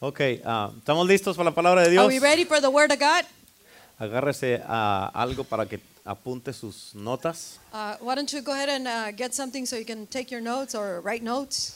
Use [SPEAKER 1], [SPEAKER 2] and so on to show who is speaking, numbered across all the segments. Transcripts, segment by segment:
[SPEAKER 1] Ok, ah, ¿estamos listos para la palabra de
[SPEAKER 2] Are
[SPEAKER 1] Dios?
[SPEAKER 2] we ready for the Word of God?
[SPEAKER 1] Agárrese a algo para que apunte sus notas.
[SPEAKER 2] Uh, why don't you go ahead and uh, get something so you can take your notes or write notes?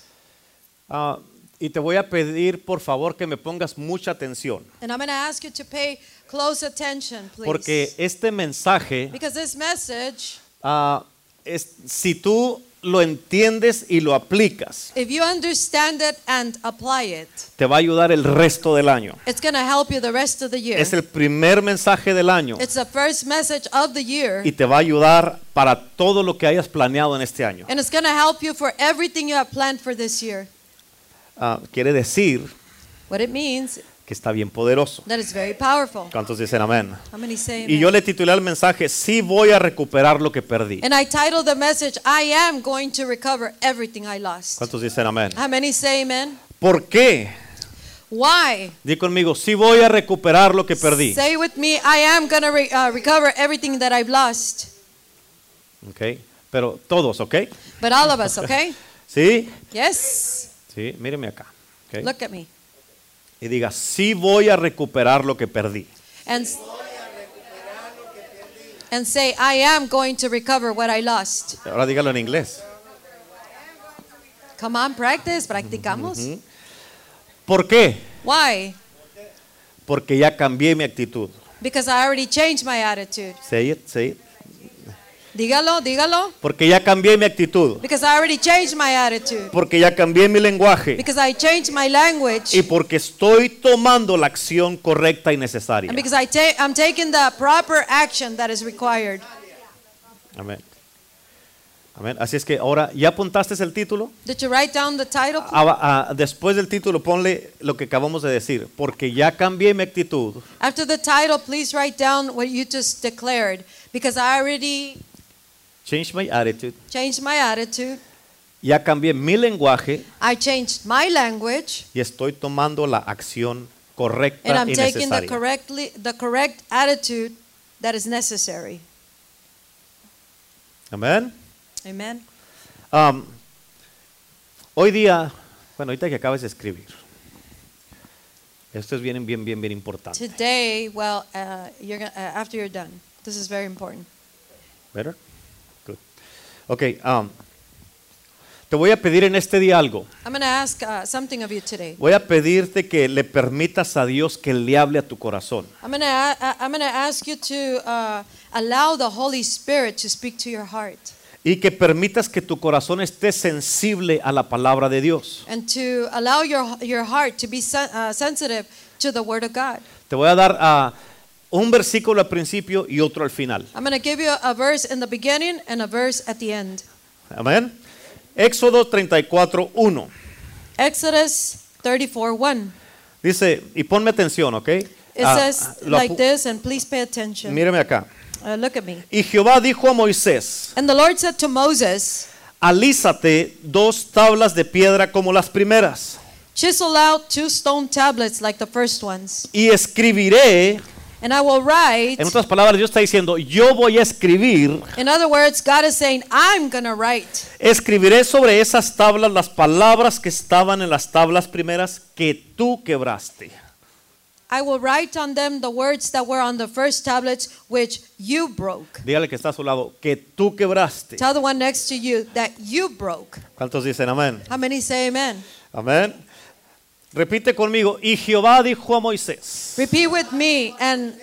[SPEAKER 1] Ah, y te voy a pedir, por favor, que me pongas mucha atención.
[SPEAKER 2] And I'm going to ask you to pay close attention, please.
[SPEAKER 1] Porque este mensaje,
[SPEAKER 2] because this message,
[SPEAKER 1] ah, es, si tú lo entiendes y lo aplicas,
[SPEAKER 2] if you understand it and apply it,
[SPEAKER 1] te va a ayudar el resto del año.
[SPEAKER 2] it's going to help you the rest of the year.
[SPEAKER 1] Es el primer mensaje del año
[SPEAKER 2] it's the first message of the year,
[SPEAKER 1] y te va a ayudar para todo lo que hayas planeado en este año.
[SPEAKER 2] and it's going to help you for everything you have planned for this year.
[SPEAKER 1] Ah, quiere decir
[SPEAKER 2] What it means
[SPEAKER 1] que está bien poderoso.
[SPEAKER 2] that it's very powerful.
[SPEAKER 1] ¿Cuántos dicen amén?
[SPEAKER 2] How many say
[SPEAKER 1] Y
[SPEAKER 2] amen?
[SPEAKER 1] yo le titulé al mensaje, sí voy a recuperar lo que perdí.
[SPEAKER 2] And I titled the message, I am going to recover everything I lost.
[SPEAKER 1] ¿Cuántos dicen amén?
[SPEAKER 2] How many say amen?
[SPEAKER 1] ¿Por qué?
[SPEAKER 2] Why?
[SPEAKER 1] Di conmigo, sí voy a recuperar lo que perdí.
[SPEAKER 2] Say with me, I am going to re- uh, recover everything that I've lost.
[SPEAKER 1] Ok, pero todos, ¿ok?
[SPEAKER 2] But all of us, okay?
[SPEAKER 1] ¿Sí?
[SPEAKER 2] Yes.
[SPEAKER 1] Sí, míreme acá. ok.
[SPEAKER 2] Look at me.
[SPEAKER 1] Y diga, sí voy a recuperar lo que perdí.
[SPEAKER 2] And, s- and say, I am going to recover what I lost.
[SPEAKER 1] Ahora dígalo en inglés.
[SPEAKER 2] Come on, practice. Practicamos.
[SPEAKER 1] ¿Por qué?
[SPEAKER 2] Why?
[SPEAKER 1] Porque ya cambié mi actitud.
[SPEAKER 2] Because I already changed my attitude.
[SPEAKER 1] Say it, say it.
[SPEAKER 2] Dígalo, dígalo.
[SPEAKER 1] Porque ya cambié mi actitud.
[SPEAKER 2] Because I already changed my attitude.
[SPEAKER 1] Porque ya cambié mi lenguaje.
[SPEAKER 2] Because I changed my language.
[SPEAKER 1] Y porque estoy tomando la acción correcta y necesaria.
[SPEAKER 2] And because I ta- I'm taking the proper action that is required.
[SPEAKER 1] Amén. Amén. Así es que ahora, ¿ya apuntaste el título?
[SPEAKER 2] Did you write down the title?
[SPEAKER 1] Ah, ah, después del título ponle lo que acabamos de decir, porque ya cambié mi actitud
[SPEAKER 2] After the title, please write down what you just declared because I already
[SPEAKER 1] change my attitude,
[SPEAKER 2] changed my attitude.
[SPEAKER 1] ya cambié mi lenguaje
[SPEAKER 2] I changed my language
[SPEAKER 1] y estoy tomando la acción
[SPEAKER 2] and
[SPEAKER 1] correcta
[SPEAKER 2] I'm
[SPEAKER 1] y
[SPEAKER 2] taking the
[SPEAKER 1] necesaria.
[SPEAKER 2] correctly the correct attitude that is necessary.
[SPEAKER 1] Amén.
[SPEAKER 2] Amen.
[SPEAKER 1] Am, hoy día, bueno, ahorita que acabas de escribir, esto es bien, bien, bien, bien importante.
[SPEAKER 2] Today, well, uh, you're gonna, uh, after you're done. This is very important.
[SPEAKER 1] Better? Good. Ok, am, te voy a pedir en este día algo.
[SPEAKER 2] I'm going to ask uh, something of you today.
[SPEAKER 1] Voy a pedirte que le permitas a Dios que le hable a tu corazón.
[SPEAKER 2] I'm going to I'm going to ask you to uh, allow the Holy Spirit to speak to your heart
[SPEAKER 1] y que permitas que tu corazón esté sensible a la palabra de Dios.
[SPEAKER 2] and to allow your your heart to be sen- uh, sensitive to the word of God.
[SPEAKER 1] Te voy a dar ah, un versículo al principio y otro al final.
[SPEAKER 2] I'm going to give you a verse in the beginning and a verse at the end.
[SPEAKER 1] Amén. Éxodo 34, 1.
[SPEAKER 2] Exodus 34 1.
[SPEAKER 1] Dice, y ponme atención, ¿ok?
[SPEAKER 2] It
[SPEAKER 1] Ah,
[SPEAKER 2] says
[SPEAKER 1] lo
[SPEAKER 2] like
[SPEAKER 1] apu-
[SPEAKER 2] this, and please pay attention.
[SPEAKER 1] Míreme acá.
[SPEAKER 2] Uh, look at me.
[SPEAKER 1] Y Jehová dijo a Moisés,
[SPEAKER 2] And the Lord said to Moses,
[SPEAKER 1] alízate dos tablas de piedra como las primeras,
[SPEAKER 2] Chisel out two stone tablets like the first ones,
[SPEAKER 1] y escribiré,
[SPEAKER 2] and I will write.
[SPEAKER 1] en otras palabras, Dios está diciendo, yo voy a escribir
[SPEAKER 2] In other words, God is saying, I'm going to write.
[SPEAKER 1] Escribiré sobre esas tablas las palabras que estaban en las tablas primeras que tú quebraste.
[SPEAKER 2] I will write on them the words that were on the first tablets which you broke.
[SPEAKER 1] Dígale que está a su lado, que tú quebraste.
[SPEAKER 2] Tell the one next to you that you broke.
[SPEAKER 1] ¿Cuántos dicen amén?
[SPEAKER 2] How many say amen?
[SPEAKER 1] Amén. Repite conmigo, y Jehová dijo a Moisés.
[SPEAKER 2] Repeat with me. And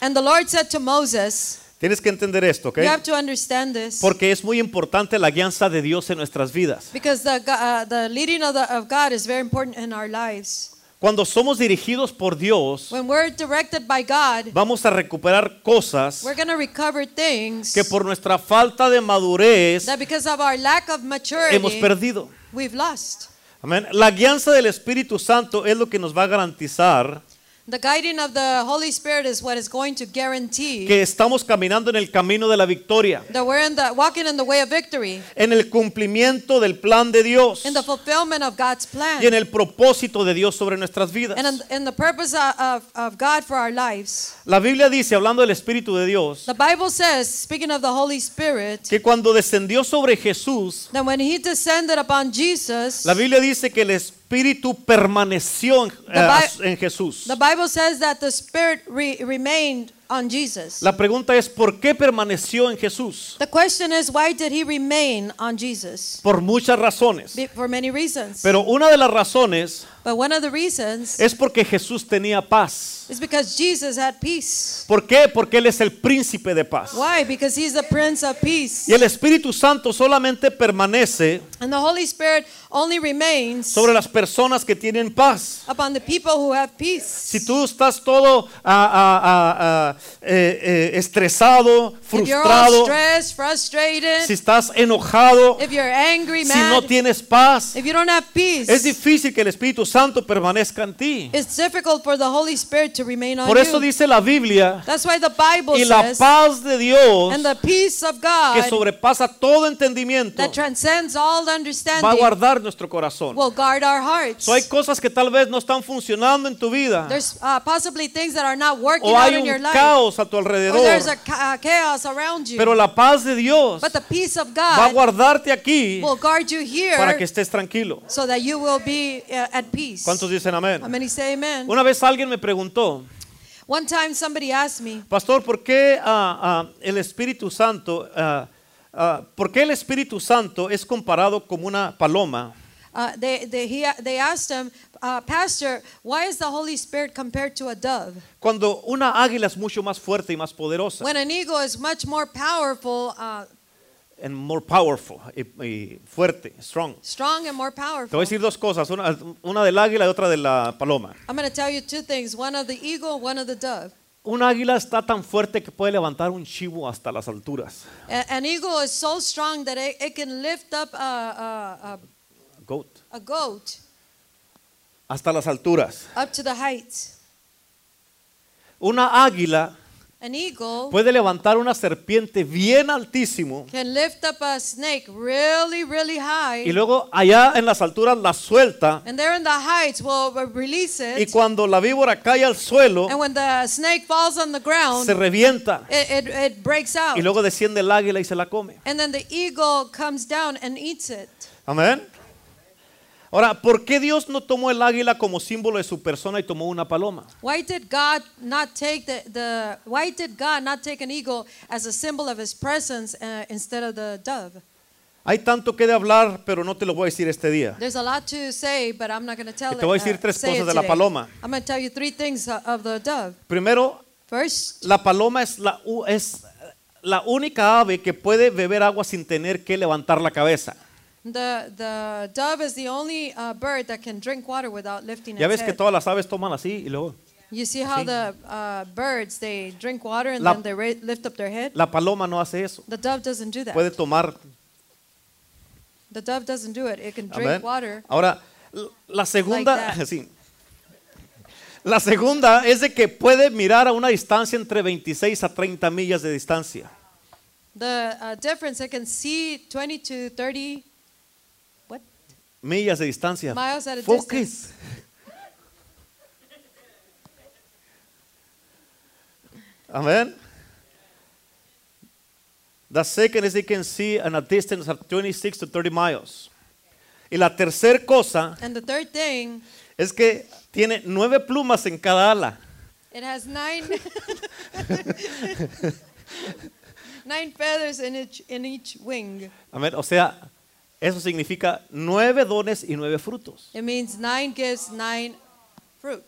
[SPEAKER 2] and the Lord said to Moses,
[SPEAKER 1] Tienes que entender esto, ¿ok?
[SPEAKER 2] you have to understand this
[SPEAKER 1] Porque es muy importante la guianza de Dios en nuestras vidas.
[SPEAKER 2] because the go- uh, the leading of, the, of God is very important in our lives.
[SPEAKER 1] Cuando somos dirigidos por Dios,
[SPEAKER 2] When we're directed by God,
[SPEAKER 1] vamos a recuperar cosas
[SPEAKER 2] we're going to recover things
[SPEAKER 1] que por nuestra falta de madurez
[SPEAKER 2] that because of our lack of
[SPEAKER 1] hemos
[SPEAKER 2] maturity
[SPEAKER 1] perdido.
[SPEAKER 2] we've lost.
[SPEAKER 1] Amén. La guianza del Espíritu Santo es lo que nos va a garantizar
[SPEAKER 2] The guiding of the Holy Spirit is what is going to guarantee
[SPEAKER 1] que estamos caminando en el camino de la victoria,
[SPEAKER 2] that we're in the walking in the way of victory
[SPEAKER 1] en el cumplimiento del plan de Dios
[SPEAKER 2] in the fulfillment of God's plan
[SPEAKER 1] y en el propósito de Dios sobre nuestras vidas.
[SPEAKER 2] and in, in the purpose of, of, of God for our lives.
[SPEAKER 1] La Biblia dice, hablando del Espíritu de Dios,
[SPEAKER 2] The Bible says, speaking of the Holy Spirit,
[SPEAKER 1] que cuando descendió sobre Jesús,
[SPEAKER 2] that when he descended upon Jesus,
[SPEAKER 1] la Biblia dice que el, es- espíritu permaneció en,
[SPEAKER 2] The Bi-
[SPEAKER 1] eh, en Jesús.
[SPEAKER 2] The Bible says that the Spirit re- remained on Jesus.
[SPEAKER 1] La pregunta es, ¿por qué permaneció en Jesús?
[SPEAKER 2] The question is, why did he remain on Jesus?
[SPEAKER 1] Por muchas razones.
[SPEAKER 2] Be- For many reasons.
[SPEAKER 1] Pero una de las razones
[SPEAKER 2] But one of the reasons
[SPEAKER 1] es porque Jesús tenía paz.
[SPEAKER 2] is because Jesus had peace.
[SPEAKER 1] ¿Por qué? Porque Él es el príncipe de paz.
[SPEAKER 2] Why? Because he's the Prince of Peace.
[SPEAKER 1] Y el Espíritu Santo solamente permanece
[SPEAKER 2] And the Holy Spirit only remains
[SPEAKER 1] sobre las personas que tienen paz.
[SPEAKER 2] upon the people who have peace.
[SPEAKER 1] Si tú estás todo ah, ah, ah, ah, eh, eh, estresado,
[SPEAKER 2] If you're all
[SPEAKER 1] frustrado,
[SPEAKER 2] stressed, frustrated,
[SPEAKER 1] si estás enojado,
[SPEAKER 2] if you're angry,
[SPEAKER 1] si no
[SPEAKER 2] mad,
[SPEAKER 1] tienes paz,
[SPEAKER 2] if you don't have peace,
[SPEAKER 1] es difícil que el Espíritu Santo permanezca en ti.
[SPEAKER 2] it's difficult for the Holy Spirit to remain on
[SPEAKER 1] Por eso
[SPEAKER 2] you.
[SPEAKER 1] dice la Biblia,
[SPEAKER 2] That's why the Bible
[SPEAKER 1] y la
[SPEAKER 2] says,
[SPEAKER 1] paz de Dios
[SPEAKER 2] and the peace of
[SPEAKER 1] que
[SPEAKER 2] God
[SPEAKER 1] sobrepasa todo entendimiento
[SPEAKER 2] that transcends all
[SPEAKER 1] va a
[SPEAKER 2] understanding
[SPEAKER 1] guardar nuestro corazón.
[SPEAKER 2] will guard our hearts.
[SPEAKER 1] So hay cosas que tal vez no están funcionando en tu vida
[SPEAKER 2] There's uh, possibly things that are not working
[SPEAKER 1] o
[SPEAKER 2] out
[SPEAKER 1] hay
[SPEAKER 2] in your
[SPEAKER 1] un
[SPEAKER 2] life,
[SPEAKER 1] caos a tu
[SPEAKER 2] or
[SPEAKER 1] alrededor,
[SPEAKER 2] there's a ca- uh, chaos around you.
[SPEAKER 1] pero la paz de Dios
[SPEAKER 2] but the peace of
[SPEAKER 1] va a
[SPEAKER 2] God
[SPEAKER 1] guardarte aquí
[SPEAKER 2] will guard you here
[SPEAKER 1] para que estés tranquilo.
[SPEAKER 2] so that you will be uh, at peace.
[SPEAKER 1] ¿Cuántos dicen amén?
[SPEAKER 2] How many say amen?
[SPEAKER 1] Una vez alguien me preguntó,
[SPEAKER 2] One time somebody asked me,
[SPEAKER 1] Pastor, ¿por qué ah, ah, el Espíritu Santo, ah, ah, por qué el Espíritu Santo es comparado como una paloma
[SPEAKER 2] uh, they, they, he, they asked him, uh, Pastor, why is the Holy Spirit compared to a dove
[SPEAKER 1] cuando una águila es mucho más fuerte y más poderosa?
[SPEAKER 2] when an eagle is much more powerful, uh,
[SPEAKER 1] and more powerful y, y fuerte, strong.
[SPEAKER 2] strong and more
[SPEAKER 1] Te voy a
[SPEAKER 2] powerful?
[SPEAKER 1] decir dos cosas, una, una del águila y otra de la paloma.
[SPEAKER 2] I'm going to tell you two things one of the eagle, one of the dove.
[SPEAKER 1] Un águila está tan fuerte que puede levantar un chivo hasta las alturas.
[SPEAKER 2] A- an eagle is so strong that it, it can lift up a, a,
[SPEAKER 1] Goat.
[SPEAKER 2] a, a goat
[SPEAKER 1] Hasta las alturas.
[SPEAKER 2] up to the heights.
[SPEAKER 1] Una águila
[SPEAKER 2] An eagle
[SPEAKER 1] puede levantar una serpiente bien altísimo
[SPEAKER 2] can lift up a snake really, really
[SPEAKER 1] y
[SPEAKER 2] high,
[SPEAKER 1] luego allá en las alturas la suelta
[SPEAKER 2] and there in the heights will will release
[SPEAKER 1] y
[SPEAKER 2] it.
[SPEAKER 1] cuando la víbora cae al suelo
[SPEAKER 2] And when the snake falls on the ground,
[SPEAKER 1] se revienta
[SPEAKER 2] it, it, it breaks out.
[SPEAKER 1] y luego desciende el águila y se la come.
[SPEAKER 2] And then the eagle comes down and eats it.
[SPEAKER 1] Amén. Ahora, ¿por qué Dios no tomó el águila como símbolo de su persona y tomó una paloma?
[SPEAKER 2] Why did God not take the, the why did God not take an eagle as a symbol of his presence uh, instead of the dove?
[SPEAKER 1] Hay tanto que de hablar, pero no te lo voy a decir este día.
[SPEAKER 2] There's a lot to say, but I'm not going to tell
[SPEAKER 1] Y te voy a
[SPEAKER 2] it, uh,
[SPEAKER 1] decir tres
[SPEAKER 2] say
[SPEAKER 1] cosas
[SPEAKER 2] it
[SPEAKER 1] de la
[SPEAKER 2] today.
[SPEAKER 1] paloma.
[SPEAKER 2] I'm going to tell you three things uh, of the dove.
[SPEAKER 1] Primero,
[SPEAKER 2] First,
[SPEAKER 1] la paloma es la, u- es la única ave que puede beber agua sin tener que levantar la cabeza.
[SPEAKER 2] the the dove is the only uh, bird that can drink water without lifting
[SPEAKER 1] Ya
[SPEAKER 2] its
[SPEAKER 1] ves que
[SPEAKER 2] head.
[SPEAKER 1] todas las aves toman así y luego
[SPEAKER 2] You see how the uh, birds they drink water and
[SPEAKER 1] La-
[SPEAKER 2] then they ra- lift up their head.
[SPEAKER 1] la paloma no hace eso.
[SPEAKER 2] The dove doesn't do that.
[SPEAKER 1] Puede tomar.
[SPEAKER 2] The dove doesn't do it. It can drink
[SPEAKER 1] Amén.
[SPEAKER 2] water.
[SPEAKER 1] Ahora, l- la segunda,
[SPEAKER 2] Like that.
[SPEAKER 1] sí. La segunda es de que puede mirar a una distancia entre 26 a 30 millas de distancia.
[SPEAKER 2] The uh, difference, it can see 20 to 30 what?
[SPEAKER 1] Millas de distancia.
[SPEAKER 2] Miles at a
[SPEAKER 1] Focus. Amen. The second is they can see in a distance of 26 to 30 miles. Y la tercer cosa
[SPEAKER 2] And the third thing,
[SPEAKER 1] es que tiene nueve plumas en cada ala.
[SPEAKER 2] it has nine nine feathers in each in each wing.
[SPEAKER 1] Amén. O sea, eso significa nueve dones y nueve frutos.
[SPEAKER 2] It means nine gifts, nine fruit.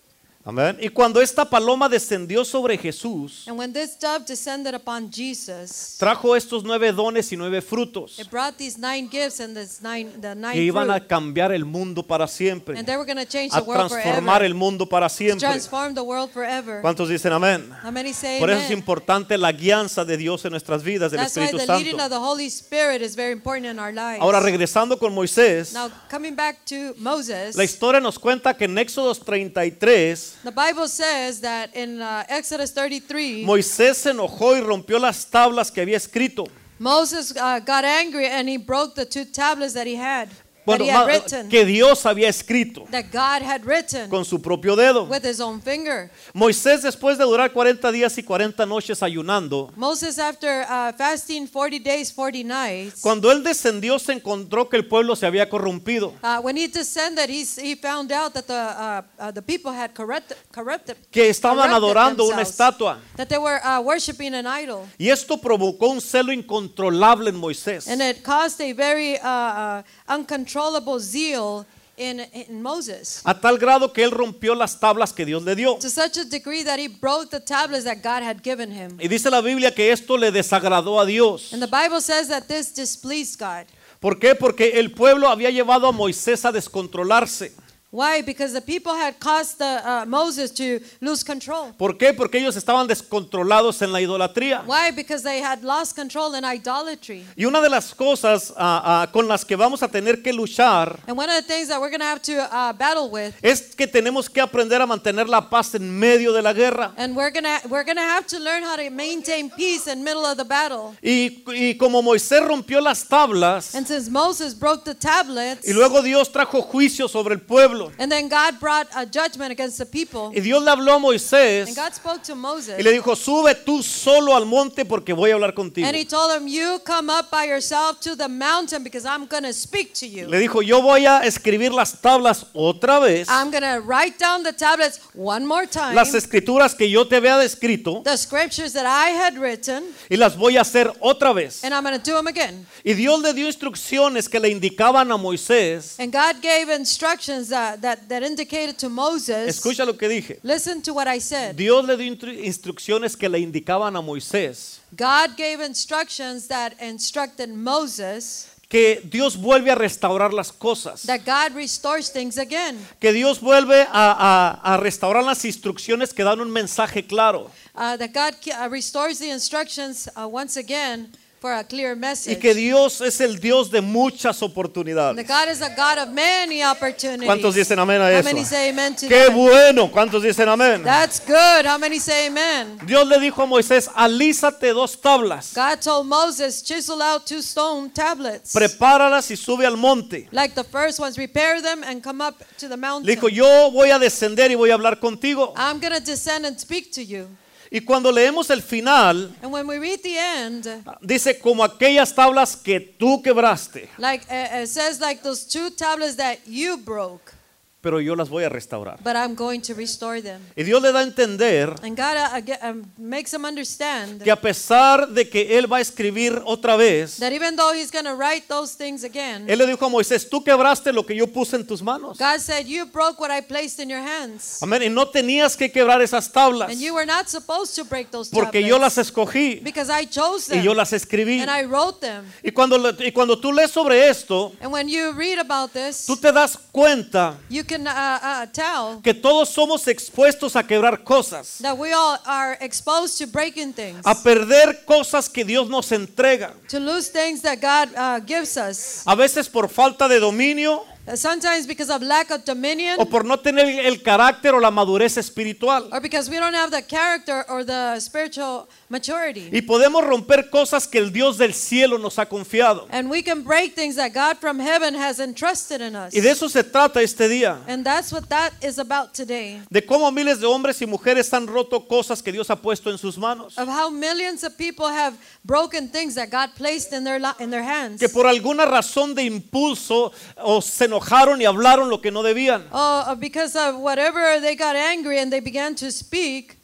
[SPEAKER 1] Amén. Y cuando esta paloma descendió sobre Jesús,
[SPEAKER 2] And when this dove descended upon Jesus,
[SPEAKER 1] trajo estos nueve dones y nueve frutos.
[SPEAKER 2] it brought these nine gifts and this nine the nine
[SPEAKER 1] que iban
[SPEAKER 2] fruit,
[SPEAKER 1] a cambiar el mundo para siempre,
[SPEAKER 2] and they were going to change
[SPEAKER 1] a
[SPEAKER 2] the world
[SPEAKER 1] transformar
[SPEAKER 2] forever.
[SPEAKER 1] el mundo para
[SPEAKER 2] to
[SPEAKER 1] siempre.
[SPEAKER 2] Transform the world forever.
[SPEAKER 1] ¿Cuántos dicen amén?
[SPEAKER 2] How many say
[SPEAKER 1] Por eso es
[SPEAKER 2] amen?
[SPEAKER 1] importante la guianza de Dios en nuestras vidas, del
[SPEAKER 2] That's why
[SPEAKER 1] Espíritu
[SPEAKER 2] the leading of
[SPEAKER 1] Santo.
[SPEAKER 2] the Holy Spirit is very important in our lives.
[SPEAKER 1] Ahora regresando con Moisés,
[SPEAKER 2] now coming back to Moses,
[SPEAKER 1] la historia nos cuenta que en Éxodo 33
[SPEAKER 2] the Bible says that in uh, Exodus 33,
[SPEAKER 1] Moisés se enojó y rompió las tablas que había escrito.
[SPEAKER 2] Moses uh, got angry and he broke the two tablets that he had.
[SPEAKER 1] Bueno,
[SPEAKER 2] he had
[SPEAKER 1] ma-
[SPEAKER 2] written.
[SPEAKER 1] que Dios había escrito
[SPEAKER 2] that God had written
[SPEAKER 1] con su propio dedo.
[SPEAKER 2] with his own finger.
[SPEAKER 1] Moisés, después de durar 40 días y 40 noches ayunando,
[SPEAKER 2] Moses, after uh, fasting 40 days, 40 nights,
[SPEAKER 1] cuando él descendió se encontró que el pueblo se había corrompido,
[SPEAKER 2] uh, when he descended, he, s- he found out that the, uh, uh, the people had corrupt, corrupted,
[SPEAKER 1] que estaban
[SPEAKER 2] corrupted
[SPEAKER 1] adorando una
[SPEAKER 2] themselves,
[SPEAKER 1] estatua.
[SPEAKER 2] that they were uh, worshiping an idol.
[SPEAKER 1] Y esto provocó un celo incontrolable en Moisés.
[SPEAKER 2] And it caused a very uh, uh, uncontrollable zeal in, in Moses
[SPEAKER 1] A tal grado que él rompió las tablas que Dios le dio.
[SPEAKER 2] to such a degree that he broke the tablets that God had given him.
[SPEAKER 1] Y dice la Biblia que esto le desagradó a Dios.
[SPEAKER 2] And the Bible says that this displeased God.
[SPEAKER 1] ¿Por qué? Porque el pueblo había llevado a Moisés a descontrolarse.
[SPEAKER 2] Why? Because the people had caused the, uh, Moses to lose control.
[SPEAKER 1] ¿Por qué? Porque ellos estaban descontrolados en la idolatría.
[SPEAKER 2] Why? Because they had lost control in idolatry.
[SPEAKER 1] Y una de las cosas ah, ah, con las que vamos a tener que luchar
[SPEAKER 2] And one of the things that we're going to have to uh, battle with,
[SPEAKER 1] es que tenemos que aprender a mantener la paz en medio de la guerra.
[SPEAKER 2] and we're going to we're going to have to learn how to maintain peace in middle of the battle.
[SPEAKER 1] Y, y como Moisés rompió las tablas
[SPEAKER 2] And since Moses broke the tablets,
[SPEAKER 1] y luego Dios trajo juicio sobre el pueblo
[SPEAKER 2] and then God brought a judgment against the people,
[SPEAKER 1] y Dios le habló a
[SPEAKER 2] and
[SPEAKER 1] Moisés
[SPEAKER 2] God spoke to
[SPEAKER 1] y
[SPEAKER 2] Moses,
[SPEAKER 1] le dijo, sube tú solo al monte porque voy a hablar contigo.
[SPEAKER 2] and he told him, "You come up by yourself to the mountain because I'm going to speak to you.
[SPEAKER 1] Le dijo, yo voy a escribir las tablas otra vez,
[SPEAKER 2] I'm going to write down the tablets one more time."
[SPEAKER 1] las escrituras que yo te había descrito
[SPEAKER 2] the scriptures that I had written
[SPEAKER 1] y las voy a hacer otra vez.
[SPEAKER 2] and I'm going to do them again.
[SPEAKER 1] Y Dios le dio instrucciones que le indicaban a Moisés.
[SPEAKER 2] And God gave instructions that, that, that indicated to Moses,
[SPEAKER 1] Escucha lo que dije.
[SPEAKER 2] listen to what I said.
[SPEAKER 1] Dios le dio intru- instrucciones que le indicaban a Moisés
[SPEAKER 2] God gave instructions that instructed Moses
[SPEAKER 1] que Dios vuelve a restaurar las cosas,
[SPEAKER 2] that God restores things again.
[SPEAKER 1] que Dios vuelve a, a- a restaurar las instrucciones que dan un mensaje claro
[SPEAKER 2] Uh, that God ki- uh, restores the instructions uh, once again for a clear
[SPEAKER 1] y
[SPEAKER 2] message.
[SPEAKER 1] que Dios es el Dios de muchas
[SPEAKER 2] that
[SPEAKER 1] oportunidades.
[SPEAKER 2] God is a God of many opportunities.
[SPEAKER 1] ¿Cuántos dicen amén a
[SPEAKER 2] How
[SPEAKER 1] eso?
[SPEAKER 2] many say amen to
[SPEAKER 1] Qué
[SPEAKER 2] that?
[SPEAKER 1] bueno, ¿cuántos dicen amén?
[SPEAKER 2] That's good. How many say amen?
[SPEAKER 1] Dios le dijo a Moisés, alízate dos tablas,
[SPEAKER 2] God told Moses, chisel out two stone tablets.
[SPEAKER 1] prepáralas y sube al monte.
[SPEAKER 2] Like the first ones, repair them and come up to the
[SPEAKER 1] Le
[SPEAKER 2] mountain. Ah.
[SPEAKER 1] dijo, yo voy a descender y voy a hablar contigo.
[SPEAKER 2] I'm going to descend and speak to you.
[SPEAKER 1] Y cuando leemos el final,
[SPEAKER 2] And when we read the end,
[SPEAKER 1] dice, como aquellas tablas que tú quebraste,
[SPEAKER 2] like uh, it says, like those two tablets that you broke,
[SPEAKER 1] pero yo las voy a restaurar.
[SPEAKER 2] but I'm going to restore them.
[SPEAKER 1] Y Dios le da a entender
[SPEAKER 2] And God uh, aga- um, makes them understand
[SPEAKER 1] que a pesar de que Él va a escribir otra vez,
[SPEAKER 2] that even though He's going to write those things again,
[SPEAKER 1] Él le dijo a Moisés, tú quebraste lo que yo puse en tus manos.
[SPEAKER 2] God said, You broke what I placed in your hands.
[SPEAKER 1] Amén. Y no tenías que quebrar esas tablas
[SPEAKER 2] And you were not supposed to break those
[SPEAKER 1] porque yo las
[SPEAKER 2] tablets
[SPEAKER 1] escogí
[SPEAKER 2] because I chose
[SPEAKER 1] y yo
[SPEAKER 2] them
[SPEAKER 1] las escribí.
[SPEAKER 2] and I wrote them.
[SPEAKER 1] Y cuando, le- y cuando tú lees sobre esto,
[SPEAKER 2] And when you read about this,
[SPEAKER 1] tú te das cuenta
[SPEAKER 2] you can uh, uh, tell
[SPEAKER 1] que todos somos expuestos a quebrar cosas,
[SPEAKER 2] that we all are exposed to breaking things,
[SPEAKER 1] a perder cosas que Dios nos entrega.
[SPEAKER 2] to lose things that God uh, gives us.
[SPEAKER 1] A veces por falta de dominio
[SPEAKER 2] Uh, Sometimes because of lack of dominion,
[SPEAKER 1] o por no tener el carácter o la madurez espiritual.
[SPEAKER 2] or because we don't have the character or the spiritual maturity.
[SPEAKER 1] Y podemos romper cosas que el Dios del cielo nos ha confiado.
[SPEAKER 2] And we can break things that God from heaven has entrusted in us.
[SPEAKER 1] Y de eso se trata este día.
[SPEAKER 2] And that's what that is about today.
[SPEAKER 1] De cómo miles de hombres y mujeres han roto cosas que Dios ha puesto en sus manos.
[SPEAKER 2] Of how millions of people have broken things that God placed in their li- in their hands.
[SPEAKER 1] Que por alguna razón de impulso o se enojaron y hablaron lo que no debían.
[SPEAKER 2] Oh, uh, because of whatever they got angry and they began to speak,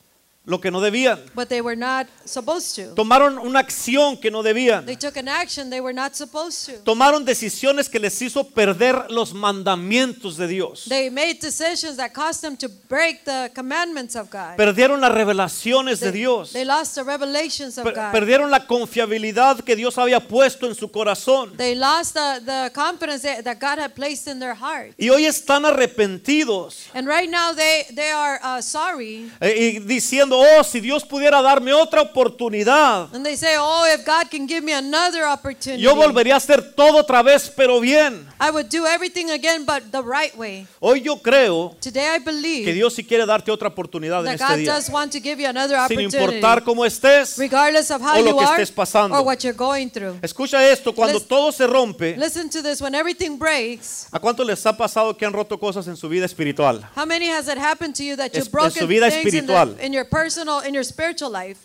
[SPEAKER 1] Lo que no debían.
[SPEAKER 2] but they were not supposed to.
[SPEAKER 1] Tomaron una acción que no debían.
[SPEAKER 2] They took an action they were not supposed to.
[SPEAKER 1] Tomaron decisiones que les hizo perder los mandamientos de Dios.
[SPEAKER 2] They made decisions that caused them to break the commandments of God.
[SPEAKER 1] Perdieron las revelaciones de
[SPEAKER 2] They,
[SPEAKER 1] Dios.
[SPEAKER 2] they lost the revelations of
[SPEAKER 1] Per-
[SPEAKER 2] God.
[SPEAKER 1] Perdieron la confiabilidad que Dios había puesto en su corazón.
[SPEAKER 2] They lost the, the confidence that, that God had placed in their heart.
[SPEAKER 1] Y hoy están arrepentidos
[SPEAKER 2] And right now they, they are uh, sorry
[SPEAKER 1] eh, y diciendo, oh, si Dios pudiera darme otra oportunidad,
[SPEAKER 2] And they say, oh, if God can give me another opportunity,
[SPEAKER 1] yo volvería a hacer todo otra vez, pero bien.
[SPEAKER 2] I would do everything again, but the right way.
[SPEAKER 1] Hoy yo creo
[SPEAKER 2] Today I
[SPEAKER 1] que
[SPEAKER 2] believe
[SPEAKER 1] Dios sí quiere darte otra oportunidad en
[SPEAKER 2] that
[SPEAKER 1] este
[SPEAKER 2] God
[SPEAKER 1] día.
[SPEAKER 2] does want to give you another
[SPEAKER 1] Sin
[SPEAKER 2] opportunity,
[SPEAKER 1] importar cómo estés.
[SPEAKER 2] regardless of how
[SPEAKER 1] o lo
[SPEAKER 2] you
[SPEAKER 1] que
[SPEAKER 2] are
[SPEAKER 1] estés pasando.
[SPEAKER 2] or what you're going through.
[SPEAKER 1] Escucha esto, cuando
[SPEAKER 2] Lis-
[SPEAKER 1] todo se rompe,
[SPEAKER 2] Listen to this: when everything breaks,
[SPEAKER 1] ¿a cuánto les ha pasado que han roto cosas en su vida espiritual?
[SPEAKER 2] how many has it happened to you that
[SPEAKER 1] Es-
[SPEAKER 2] you've
[SPEAKER 1] en
[SPEAKER 2] broken
[SPEAKER 1] su vida
[SPEAKER 2] things in, the-
[SPEAKER 1] espiritual.
[SPEAKER 2] in your personal, in your spiritual life,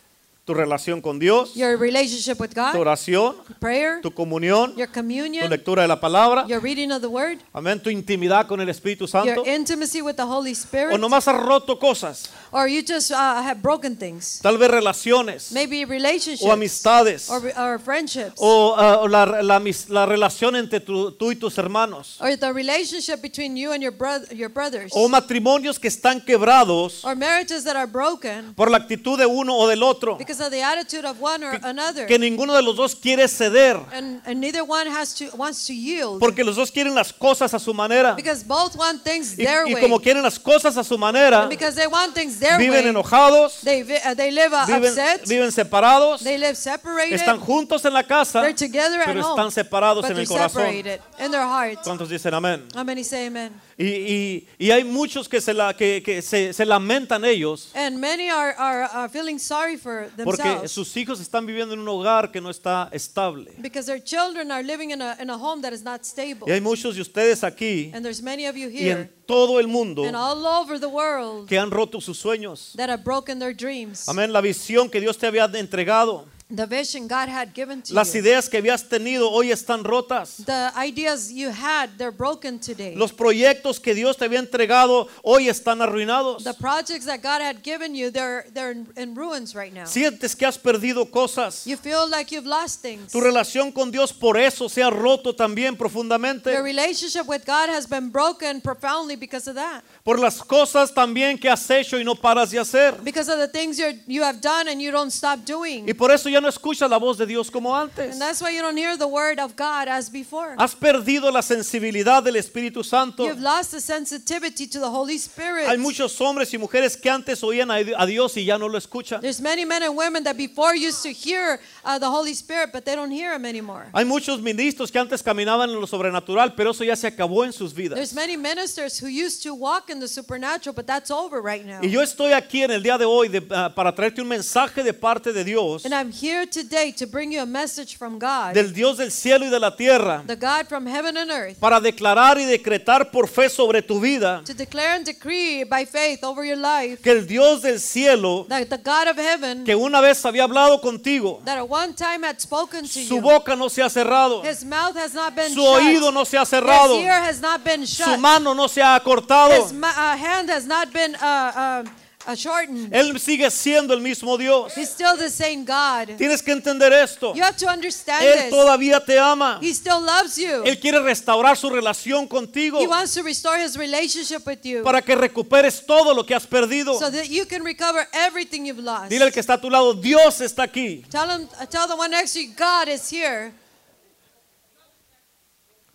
[SPEAKER 1] Tu relación con Dios,
[SPEAKER 2] your relationship with
[SPEAKER 1] tu
[SPEAKER 2] God,
[SPEAKER 1] oración,
[SPEAKER 2] prayer,
[SPEAKER 1] tu comunión,
[SPEAKER 2] your
[SPEAKER 1] tu
[SPEAKER 2] communion,
[SPEAKER 1] lectura de la palabra,
[SPEAKER 2] your reading of the Word,
[SPEAKER 1] amén, tu intimidad con el Espíritu Santo,
[SPEAKER 2] your intimacy with the Holy
[SPEAKER 1] o
[SPEAKER 2] Spirit,
[SPEAKER 1] nomás has roto cosas,
[SPEAKER 2] or you just uh, have broken things.
[SPEAKER 1] tal vez relaciones
[SPEAKER 2] Maybe relationships
[SPEAKER 1] o amistades
[SPEAKER 2] or, or friendships
[SPEAKER 1] o ah, o la, la amis- la relación entre tu- tú y tus hermanos,
[SPEAKER 2] or the relationship between you and your brother your brothers
[SPEAKER 1] o matrimonios que están quebrados
[SPEAKER 2] or marriages that are broken
[SPEAKER 1] por la actitud de uno o del otro,
[SPEAKER 2] because of the attitude of one or another
[SPEAKER 1] que ninguno de los dos quiere ceder.
[SPEAKER 2] and, and neither one has to wants to yield
[SPEAKER 1] Porque los dos quieren las cosas a su manera.
[SPEAKER 2] because both want things
[SPEAKER 1] Y,
[SPEAKER 2] their
[SPEAKER 1] y
[SPEAKER 2] way
[SPEAKER 1] como quieren las cosas a su manera,
[SPEAKER 2] and because they want things their
[SPEAKER 1] viven
[SPEAKER 2] way
[SPEAKER 1] enojados,
[SPEAKER 2] they vi- uh, they live uh,
[SPEAKER 1] viven,
[SPEAKER 2] upset
[SPEAKER 1] viven separados,
[SPEAKER 2] they live separated
[SPEAKER 1] están juntos en la casa,
[SPEAKER 2] they're together at
[SPEAKER 1] pero
[SPEAKER 2] home
[SPEAKER 1] están separados
[SPEAKER 2] but
[SPEAKER 1] en
[SPEAKER 2] they're
[SPEAKER 1] el corazón.
[SPEAKER 2] separated in their hearts
[SPEAKER 1] ¿Cuántos dicen amén?
[SPEAKER 2] how many say amen
[SPEAKER 1] Y, y- y hay muchos que se, la, que, que se, se lamentan ellos
[SPEAKER 2] and many are, are, are feeling sorry for
[SPEAKER 1] porque
[SPEAKER 2] themselves
[SPEAKER 1] sus hijos están viviendo en un hogar que no está estable.
[SPEAKER 2] because their children are living in a, in a home that is not stable
[SPEAKER 1] Y hay muchos de ustedes aquí
[SPEAKER 2] and there's many of you
[SPEAKER 1] y
[SPEAKER 2] here
[SPEAKER 1] en todo el mundo
[SPEAKER 2] and all over the world
[SPEAKER 1] que han roto sus sueños.
[SPEAKER 2] that have broken their dreams
[SPEAKER 1] Amén, la visión que Dios te había entregado.
[SPEAKER 2] the vision god had given to
[SPEAKER 1] Las
[SPEAKER 2] you
[SPEAKER 1] ideas que habías tenido hoy están rotas.
[SPEAKER 2] the ideas you had they're broken today
[SPEAKER 1] Los proyectos que Dios te había entregado hoy están arruinados.
[SPEAKER 2] the projects that god had given you they're they're in, in ruins right now
[SPEAKER 1] Sientes que has perdido cosas.
[SPEAKER 2] you feel like you've lost things
[SPEAKER 1] Tu relación con Dios por eso se ha roto también
[SPEAKER 2] your
[SPEAKER 1] profundamente.
[SPEAKER 2] relationship with god has been broken profoundly because of that
[SPEAKER 1] Por las cosas también que has hecho y no paras de hacer.
[SPEAKER 2] because of the things you you have done and you don't stop doing
[SPEAKER 1] Y por eso ya no escuchas la voz de Dios como antes.
[SPEAKER 2] and that's why you don't hear the word of god as before
[SPEAKER 1] Has perdido la sensibilidad del Espíritu Santo.
[SPEAKER 2] You've lost the sensitivity to the Holy Spirit.
[SPEAKER 1] Hay muchos hombres y mujeres que antes oían a a Dios y ya no lo escuchan.
[SPEAKER 2] There's many men and women that before used to hear uh, the Holy Spirit, but they don't hear him anymore.
[SPEAKER 1] Hay muchos ministros que antes caminaban en lo sobrenatural, pero eso ya se acabó en sus vidas.
[SPEAKER 2] There's many ministers who used to walk in the supernatural, but that's over right now.
[SPEAKER 1] Y yo estoy aquí en el día de hoy de- ah, para traerte un mensaje de parte de Dios,
[SPEAKER 2] And I'm here today to bring you a message from God,
[SPEAKER 1] del Dios del cielo y de la tierra,
[SPEAKER 2] the God from heaven and earth,
[SPEAKER 1] para declarar y decretar por fe sobre tu vida
[SPEAKER 2] to declare and decree by faith over your life
[SPEAKER 1] que el Dios del cielo,
[SPEAKER 2] that the God of heaven
[SPEAKER 1] que una vez había hablado contigo,
[SPEAKER 2] that at one time had spoken to
[SPEAKER 1] su
[SPEAKER 2] you,
[SPEAKER 1] boca no se ha cerrado,
[SPEAKER 2] his mouth has not been
[SPEAKER 1] su oído
[SPEAKER 2] shut,
[SPEAKER 1] no se ha cerrado,
[SPEAKER 2] his ear has not been
[SPEAKER 1] su
[SPEAKER 2] shut.
[SPEAKER 1] mano no se ha acortado.
[SPEAKER 2] His ma- uh, hand has not been uh, uh, uh, shortened.
[SPEAKER 1] Él sigue siendo el mismo Dios.
[SPEAKER 2] He's still the same God.
[SPEAKER 1] Tienes que entender esto.
[SPEAKER 2] You have to understand
[SPEAKER 1] Él
[SPEAKER 2] this.
[SPEAKER 1] todavía te ama.
[SPEAKER 2] He still loves you.
[SPEAKER 1] Él quiere restaurar su relación contigo
[SPEAKER 2] He wants to restore his relationship with you
[SPEAKER 1] para que recuperes todo lo que has perdido.
[SPEAKER 2] so that you can recover everything you've lost.
[SPEAKER 1] Dile al que está a tu lado, Dios está aquí.
[SPEAKER 2] Tell him, uh, tell the one next to you, God is here.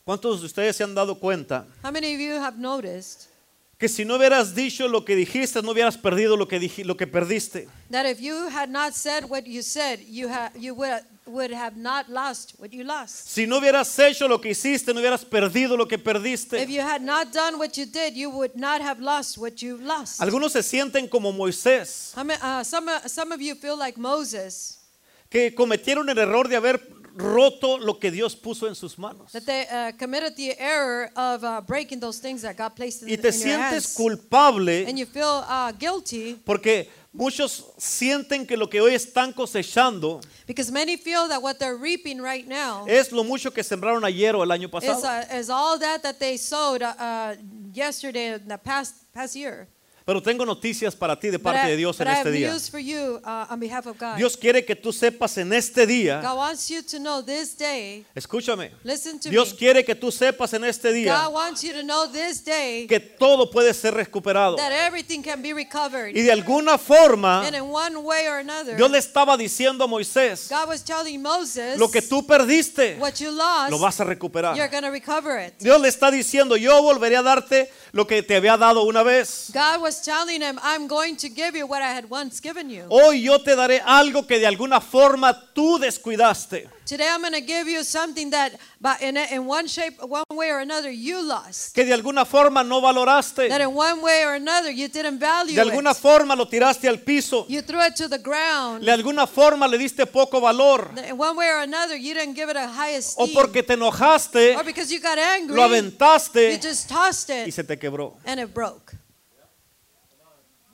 [SPEAKER 1] ¿Cuántos de ustedes se han dado cuenta
[SPEAKER 2] How many of you have noticed
[SPEAKER 1] que si no hubieras dicho lo que dijiste, no hubieras perdido lo que, dij- lo que perdiste?
[SPEAKER 2] that if you had not said what you said, you ha- you would would have not lost what you lost.
[SPEAKER 1] Si no hubieras hecho lo que hiciste, no hubieras perdido lo que
[SPEAKER 2] If
[SPEAKER 1] perdiste.
[SPEAKER 2] you had not done what you did, you would not have lost what you lost.
[SPEAKER 1] Algunos se sienten como Moisés,
[SPEAKER 2] How many- uh, some, uh, some of you feel like Moses,
[SPEAKER 1] que cometieron el error de haber roto lo que Dios puso en sus manos.
[SPEAKER 2] that they uh, committed the error of uh, breaking those things that God placed in,
[SPEAKER 1] Y te
[SPEAKER 2] in your
[SPEAKER 1] sientes
[SPEAKER 2] hands.
[SPEAKER 1] culpable
[SPEAKER 2] And you feel uh, guilty
[SPEAKER 1] Porque muchos sienten que lo que hoy están cosechando
[SPEAKER 2] because many feel that what they're reaping right now
[SPEAKER 1] es lo mucho que sembraron ayer o el año
[SPEAKER 2] is,
[SPEAKER 1] pasado.
[SPEAKER 2] uh, is all that that they sowed uh, uh, yesterday and the past, past year.
[SPEAKER 1] Pero tengo noticias para ti de
[SPEAKER 2] But
[SPEAKER 1] parte
[SPEAKER 2] I,
[SPEAKER 1] de Dios en
[SPEAKER 2] but I have
[SPEAKER 1] este día.
[SPEAKER 2] news for you uh, on behalf of God.
[SPEAKER 1] Dios quiere que tú sepas en este día,
[SPEAKER 2] God wants you to know this day,
[SPEAKER 1] escúchame,
[SPEAKER 2] listen to
[SPEAKER 1] Dios
[SPEAKER 2] me,
[SPEAKER 1] quiere que tú sepas en este día
[SPEAKER 2] God wants you to know this day
[SPEAKER 1] que todo puede ser recuperado.
[SPEAKER 2] that everything can be recovered.
[SPEAKER 1] Y de alguna forma,
[SPEAKER 2] And in one way or another,
[SPEAKER 1] Dios le estaba diciendo a Moisés,
[SPEAKER 2] God was telling Moses,
[SPEAKER 1] lo que tú perdiste,
[SPEAKER 2] what you
[SPEAKER 1] lo
[SPEAKER 2] lost,
[SPEAKER 1] vas a
[SPEAKER 2] you're
[SPEAKER 1] recuperar.
[SPEAKER 2] going to recover it.
[SPEAKER 1] Dios le está diciendo, yo volveré a darte lo que te había dado una vez.
[SPEAKER 2] God was was telling him, I'm going to give you what I had once given you.
[SPEAKER 1] Hoy yo te daré algo que de alguna forma tú descuidaste.
[SPEAKER 2] Today I'm going to give you something that but in, in one shape, one way or another, you lost.
[SPEAKER 1] Que de alguna forma no valoraste.
[SPEAKER 2] That in one way or another, you didn't value
[SPEAKER 1] De alguna
[SPEAKER 2] it.
[SPEAKER 1] forma lo tiraste al piso.
[SPEAKER 2] You threw it to the ground.
[SPEAKER 1] De alguna forma le diste poco valor.
[SPEAKER 2] That In one way or another, you didn't give it a high
[SPEAKER 1] O
[SPEAKER 2] esteem.
[SPEAKER 1] porque te enojaste,
[SPEAKER 2] or because you got angry,
[SPEAKER 1] lo aventaste
[SPEAKER 2] you just tossed
[SPEAKER 1] y
[SPEAKER 2] it
[SPEAKER 1] se te quebró.
[SPEAKER 2] and it broke.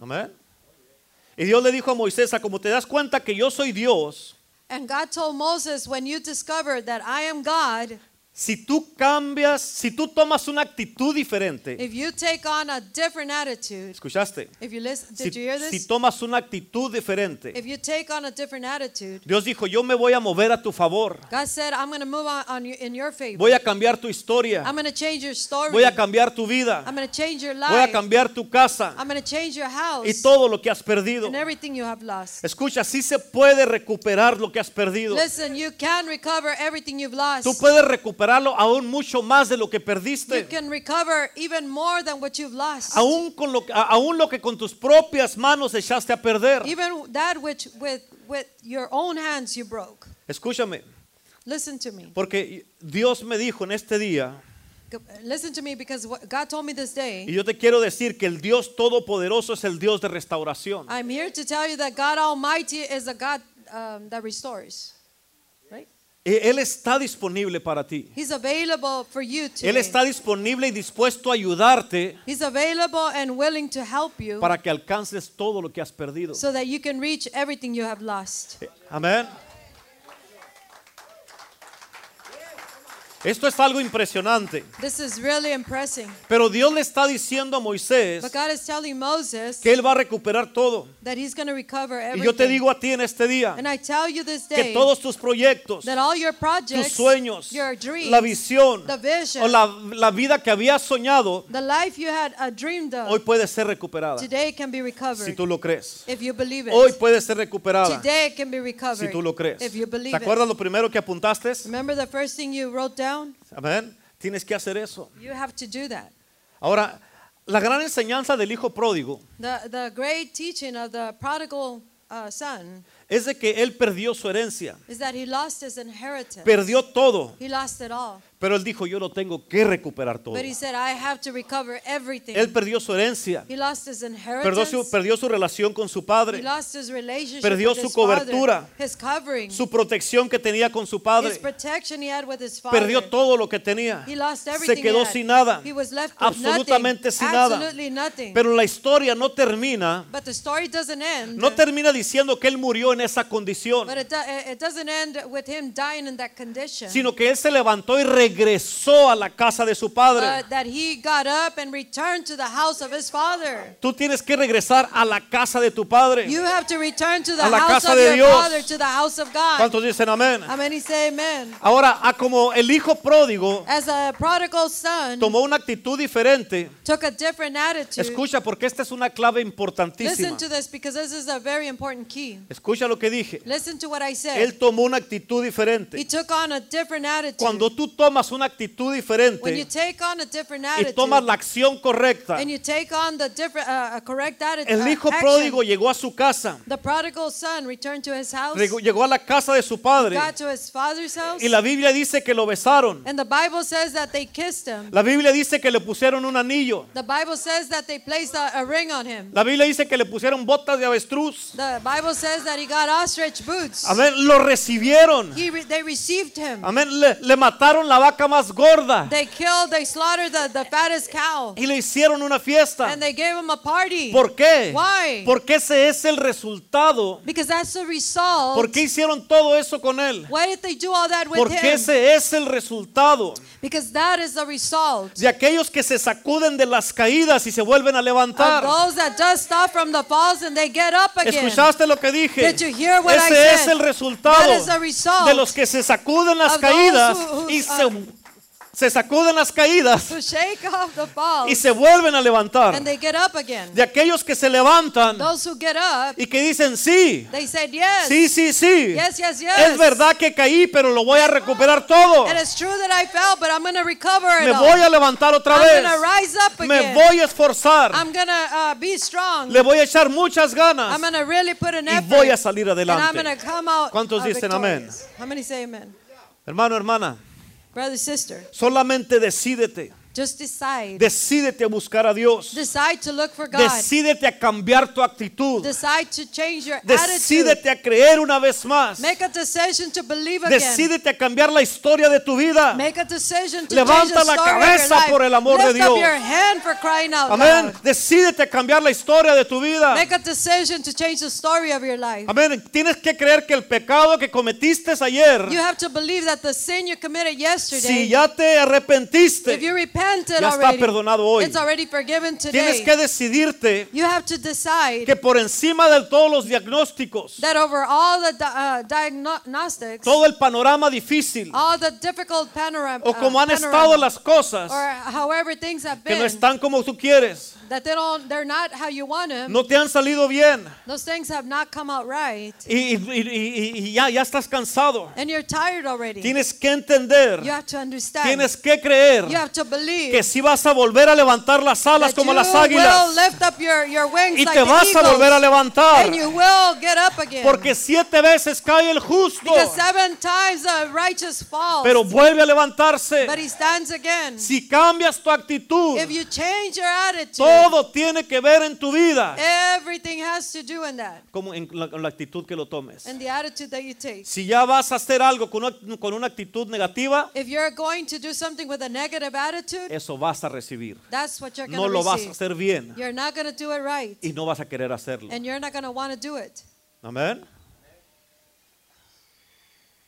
[SPEAKER 1] Amén. Y Dios le dijo a Moisés, "A como te das cuenta que yo soy Dios,
[SPEAKER 2] And God told Moses, when you discover that I am God,
[SPEAKER 1] si tú cambias, si tú tomas una actitud diferente,
[SPEAKER 2] if you take on a different attitude,
[SPEAKER 1] ¿escuchaste?
[SPEAKER 2] if you listen,
[SPEAKER 1] Si,
[SPEAKER 2] did you hear this?
[SPEAKER 1] si tomas una actitud diferente,
[SPEAKER 2] If you take on a different attitude,
[SPEAKER 1] Dios dijo, yo me voy a mover a tu favor,
[SPEAKER 2] God said, I'm going to move on, on you, in your favor.
[SPEAKER 1] voy a cambiar tu historia,
[SPEAKER 2] I'm going to change your story.
[SPEAKER 1] voy a cambiar tu vida,
[SPEAKER 2] I'm going to change your
[SPEAKER 1] voy a
[SPEAKER 2] life.
[SPEAKER 1] cambiar tu casa
[SPEAKER 2] I'm going to change your house
[SPEAKER 1] y todo lo que has perdido.
[SPEAKER 2] and everything you have lost.
[SPEAKER 1] Escucha, sí se puede recuperar lo que has perdido.
[SPEAKER 2] Listen, you can recover everything you've lost.
[SPEAKER 1] Tú puedes recuperarlo aún mucho más de lo que
[SPEAKER 2] You
[SPEAKER 1] perdiste.
[SPEAKER 2] can recover even more than what you've lost.
[SPEAKER 1] Aún, con lo, a- aún lo que con tus propias manos echaste a perder.
[SPEAKER 2] Even that which with, with your own hands you broke.
[SPEAKER 1] Escúchame,
[SPEAKER 2] Listen to me.
[SPEAKER 1] porque Dios me dijo en este día,
[SPEAKER 2] G- Listen to me because what God told me this
[SPEAKER 1] y
[SPEAKER 2] day,
[SPEAKER 1] yo te quiero decir que el Dios Todopoderoso es el Dios de restauración.
[SPEAKER 2] I'm here to tell you that God Almighty is a God um, that restores. Right?
[SPEAKER 1] E- Él está disponible para ti.
[SPEAKER 2] He's available for you
[SPEAKER 1] Él
[SPEAKER 2] today.
[SPEAKER 1] está disponible y dispuesto a ayudarte
[SPEAKER 2] He's available and willing to help you
[SPEAKER 1] para que alcances todo lo que has perdido.
[SPEAKER 2] so that you can reach everything you have lost.
[SPEAKER 1] Eh, Amén. Esto es algo impresionante.
[SPEAKER 2] This is really impressing.
[SPEAKER 1] Pero Dios le está diciendo a Moisés
[SPEAKER 2] But God is telling Moses
[SPEAKER 1] que él va a recuperar todo.
[SPEAKER 2] that he's going to recover
[SPEAKER 1] Y yo te
[SPEAKER 2] everything.
[SPEAKER 1] digo a ti en este día
[SPEAKER 2] And I tell you this
[SPEAKER 1] que
[SPEAKER 2] day
[SPEAKER 1] todos tus proyectos,
[SPEAKER 2] that all your
[SPEAKER 1] tus
[SPEAKER 2] projects,
[SPEAKER 1] sueños,
[SPEAKER 2] your dreams,
[SPEAKER 1] la visión
[SPEAKER 2] the vision,
[SPEAKER 1] o la, la vida que habías soñado,
[SPEAKER 2] the life you had uh, dreamed
[SPEAKER 1] hoy
[SPEAKER 2] of,
[SPEAKER 1] puede ser recuperada
[SPEAKER 2] today can be
[SPEAKER 1] si
[SPEAKER 2] recovered
[SPEAKER 1] tú lo crees.
[SPEAKER 2] if you believe
[SPEAKER 1] Hoy
[SPEAKER 2] it.
[SPEAKER 1] puede ser recuperada
[SPEAKER 2] Today can be recovered
[SPEAKER 1] si tú lo crees.
[SPEAKER 2] if you
[SPEAKER 1] ¿Te
[SPEAKER 2] believe
[SPEAKER 1] acuerdas
[SPEAKER 2] it.
[SPEAKER 1] lo primero que apuntaste?
[SPEAKER 2] Remember the first thing you wrote down?
[SPEAKER 1] Amén. Tienes que hacer eso.
[SPEAKER 2] You have to do that.
[SPEAKER 1] Ahora, la gran enseñanza del hijo pródigo
[SPEAKER 2] The, the great teaching of the prodigal uh, son
[SPEAKER 1] es de que él perdió su herencia,
[SPEAKER 2] is that he lost his inheritance.
[SPEAKER 1] perdió todo,
[SPEAKER 2] He lost it all.
[SPEAKER 1] pero él dijo, yo lo tengo que recuperar todo.
[SPEAKER 2] But he said, I have to recover everything.
[SPEAKER 1] Él perdió su herencia,
[SPEAKER 2] he lost his
[SPEAKER 1] perdió
[SPEAKER 2] inheritance.
[SPEAKER 1] su, perdió su relación con su
[SPEAKER 2] he
[SPEAKER 1] padre,
[SPEAKER 2] lost his relationship
[SPEAKER 1] perdió
[SPEAKER 2] with
[SPEAKER 1] su
[SPEAKER 2] his father,
[SPEAKER 1] cobertura,
[SPEAKER 2] his covering,
[SPEAKER 1] su protección que tenía con su
[SPEAKER 2] his
[SPEAKER 1] padre,
[SPEAKER 2] protection he had with his father.
[SPEAKER 1] perdió todo lo que tenía,
[SPEAKER 2] He lost everything
[SPEAKER 1] se
[SPEAKER 2] he
[SPEAKER 1] quedó
[SPEAKER 2] had.
[SPEAKER 1] sin nada,
[SPEAKER 2] He was left with
[SPEAKER 1] absolutamente
[SPEAKER 2] nothing.
[SPEAKER 1] sin nada.
[SPEAKER 2] Absolutely nothing.
[SPEAKER 1] Pero la historia no termina,
[SPEAKER 2] But the story doesn't end.
[SPEAKER 1] no termina diciendo que él murió en esa condición,
[SPEAKER 2] but it, do- it doesn't end with him dying in that condition.
[SPEAKER 1] sino que él se levantó y regresó a la casa de su padre.
[SPEAKER 2] but uh, that he got up and returned to the house of his father.
[SPEAKER 1] Tú tienes que regresar a la casa de tu padre.
[SPEAKER 2] You have to return to the
[SPEAKER 1] A la
[SPEAKER 2] house
[SPEAKER 1] casa
[SPEAKER 2] of
[SPEAKER 1] de
[SPEAKER 2] your
[SPEAKER 1] Dios.
[SPEAKER 2] father, to the house of God.
[SPEAKER 1] ¿Cuántos dicen amén?
[SPEAKER 2] How many say amen?
[SPEAKER 1] Ahora, a como el hijo pródigo
[SPEAKER 2] As a prodigal son
[SPEAKER 1] tomó una actitud diferente,
[SPEAKER 2] took a different attitude.
[SPEAKER 1] escucha porque esta es una clave importantísima.
[SPEAKER 2] Listen to this because this is a very important key.
[SPEAKER 1] Escucha lo que dije.
[SPEAKER 2] Listen to what I said.
[SPEAKER 1] Él tomó una actitud
[SPEAKER 2] He
[SPEAKER 1] diferente.
[SPEAKER 2] took on a different attitude.
[SPEAKER 1] Cuando tú tomas una actitud
[SPEAKER 2] when you
[SPEAKER 1] diferente
[SPEAKER 2] take on a different
[SPEAKER 1] y
[SPEAKER 2] attitude
[SPEAKER 1] tomas la acción correcta,
[SPEAKER 2] and you take on the different uh, a correct attitude,
[SPEAKER 1] el hijo
[SPEAKER 2] action,
[SPEAKER 1] pródigo llegó a su casa,
[SPEAKER 2] the prodigal son returned to his house,
[SPEAKER 1] llegó- llegó a la casa de su padre
[SPEAKER 2] got to his father's house,
[SPEAKER 1] y la Biblia dice que lo besaron.
[SPEAKER 2] and the Bible says that they kissed him.
[SPEAKER 1] La Biblia dice que le pusieron un anillo.
[SPEAKER 2] The Bible says that they placed a, a ring on him.
[SPEAKER 1] La Biblia dice que le pusieron botas de avestruz.
[SPEAKER 2] The Bible says that he got ostrich boots.
[SPEAKER 1] Amén, lo recibieron.
[SPEAKER 2] He re- they received him.
[SPEAKER 1] Amén, le, le mataron la vaca más gorda
[SPEAKER 2] They killed, they slaughtered the, the fattest cow,
[SPEAKER 1] y le hicieron una fiesta.
[SPEAKER 2] and they gave him a party.
[SPEAKER 1] ¿Por qué?
[SPEAKER 2] Why?
[SPEAKER 1] Porque ese es el resultado.
[SPEAKER 2] Because that's the result.
[SPEAKER 1] ¿Por qué hicieron todo eso con él?
[SPEAKER 2] Why did they do all that with
[SPEAKER 1] Porque
[SPEAKER 2] him?
[SPEAKER 1] ese es el resultado
[SPEAKER 2] Because that is the result
[SPEAKER 1] de aquellos que se sacuden de las caídas y se vuelven a
[SPEAKER 2] of
[SPEAKER 1] levantar.
[SPEAKER 2] those that dust off from the falls and they get up again.
[SPEAKER 1] ¿Escuchaste lo que dije?
[SPEAKER 2] Did you hear what I
[SPEAKER 1] Ese
[SPEAKER 2] said?
[SPEAKER 1] es el
[SPEAKER 2] That
[SPEAKER 1] resultado
[SPEAKER 2] is the result
[SPEAKER 1] de los que se sacuden las
[SPEAKER 2] of those
[SPEAKER 1] caídas
[SPEAKER 2] who- who-
[SPEAKER 1] y se
[SPEAKER 2] uh,
[SPEAKER 1] se sacuden las caídas
[SPEAKER 2] to shake off the fall
[SPEAKER 1] y se vuelven a levantar.
[SPEAKER 2] and they get up again.
[SPEAKER 1] De aquellos que se levantan
[SPEAKER 2] Those who get up,
[SPEAKER 1] y que dicen, sí,
[SPEAKER 2] they said yes.
[SPEAKER 1] sí, sí, sí.
[SPEAKER 2] Yes, yes, yes.
[SPEAKER 1] Es verdad que caí, pero lo voy a recuperar todo.
[SPEAKER 2] And it's true that I fell, but I'm going to recover it
[SPEAKER 1] Oh. Me
[SPEAKER 2] all.
[SPEAKER 1] voy a levantar otra
[SPEAKER 2] I'm
[SPEAKER 1] vez.
[SPEAKER 2] going to rise up
[SPEAKER 1] Me
[SPEAKER 2] again.
[SPEAKER 1] voy a esforzar.
[SPEAKER 2] I'm going to uh, be strong.
[SPEAKER 1] Le voy a echar muchas ganas
[SPEAKER 2] I'm going to really put an
[SPEAKER 1] y
[SPEAKER 2] effort.
[SPEAKER 1] voy a salir
[SPEAKER 2] and I'm going
[SPEAKER 1] adelante.
[SPEAKER 2] to come out
[SPEAKER 1] ¿Cuántos
[SPEAKER 2] uh,
[SPEAKER 1] dicen amén?
[SPEAKER 2] victorious. How many say amen?
[SPEAKER 1] Hermano, hermana,
[SPEAKER 2] Brother, sister,
[SPEAKER 1] solamente decídete.
[SPEAKER 2] just decide.
[SPEAKER 1] Decídete a buscar a Dios.
[SPEAKER 2] decide to look for God.
[SPEAKER 1] Decídete a cambiar tu actitud.
[SPEAKER 2] decide to change your attitude.
[SPEAKER 1] Decídete a creer una vez más.
[SPEAKER 2] Make a decision to believe again.
[SPEAKER 1] Decídete a cambiar la historia de tu vida.
[SPEAKER 2] Make a decision to
[SPEAKER 1] Levanta
[SPEAKER 2] change the
[SPEAKER 1] la
[SPEAKER 2] story of your
[SPEAKER 1] cabeza
[SPEAKER 2] life.
[SPEAKER 1] por el amor de
[SPEAKER 2] Lift up
[SPEAKER 1] Dios.
[SPEAKER 2] your hand for crying out
[SPEAKER 1] Amén.
[SPEAKER 2] loud.
[SPEAKER 1] Decídete a cambiar la historia de tu vida.
[SPEAKER 2] Make a decision to change the story of your life.
[SPEAKER 1] Amén. Tienes que creer que el pecado que cometiste
[SPEAKER 2] You
[SPEAKER 1] ayer,
[SPEAKER 2] have to believe that the sin you committed
[SPEAKER 1] si
[SPEAKER 2] yesterday,
[SPEAKER 1] ya te
[SPEAKER 2] if
[SPEAKER 1] arrepentiste,
[SPEAKER 2] you repented
[SPEAKER 1] ya está
[SPEAKER 2] already,
[SPEAKER 1] perdonado hoy.
[SPEAKER 2] it's already forgiven
[SPEAKER 1] tienes
[SPEAKER 2] today.
[SPEAKER 1] que decidirte
[SPEAKER 2] You have to decide
[SPEAKER 1] que por encima de todos los diagnósticos,
[SPEAKER 2] that over all the di- uh, diagnostics,
[SPEAKER 1] todo el panorama difícil
[SPEAKER 2] all the difficult panorama, uh,
[SPEAKER 1] o como han estado las cosas
[SPEAKER 2] or however things have
[SPEAKER 1] que
[SPEAKER 2] been,
[SPEAKER 1] no están como tú quieres,
[SPEAKER 2] that they don't, they're not how you want them.
[SPEAKER 1] no te han salido bien
[SPEAKER 2] Those things have not come out right,
[SPEAKER 1] y, y- y- y- y ya, ya estás cansado,
[SPEAKER 2] and you're tired already.
[SPEAKER 1] tienes que entender,
[SPEAKER 2] you have to understand.
[SPEAKER 1] tienes que creer
[SPEAKER 2] you have to believe
[SPEAKER 1] que si vas a volver a levantar las alas
[SPEAKER 2] that
[SPEAKER 1] como
[SPEAKER 2] you
[SPEAKER 1] las
[SPEAKER 2] will
[SPEAKER 1] águilas
[SPEAKER 2] lift up your, your wings
[SPEAKER 1] y
[SPEAKER 2] like
[SPEAKER 1] te
[SPEAKER 2] the
[SPEAKER 1] vas a
[SPEAKER 2] eagles,
[SPEAKER 1] volver a levantar,
[SPEAKER 2] and you will get up again.
[SPEAKER 1] porque siete veces cae el justo,
[SPEAKER 2] because seven times the righteous falls,
[SPEAKER 1] pero vuelve a levantarse.
[SPEAKER 2] but he stands again.
[SPEAKER 1] Si cambias tu actitud,
[SPEAKER 2] If you change your attitude,
[SPEAKER 1] Todo tiene que ver en tu vida
[SPEAKER 2] everything has to do in that,
[SPEAKER 1] como en la, con la actitud que lo tomes.
[SPEAKER 2] and the attitude that you take.
[SPEAKER 1] Si ya vas a hacer algo con una, con una actitud negativa,
[SPEAKER 2] If you're going to do something with a negative attitude,
[SPEAKER 1] eso vas a recibir.
[SPEAKER 2] that's what you're going
[SPEAKER 1] Eh, No
[SPEAKER 2] to
[SPEAKER 1] lo vas a
[SPEAKER 2] receive.
[SPEAKER 1] hacer bien
[SPEAKER 2] You're not going to do it right,
[SPEAKER 1] y no vas a querer hacerlo.
[SPEAKER 2] and you're not going to want to do it.
[SPEAKER 1] Amén.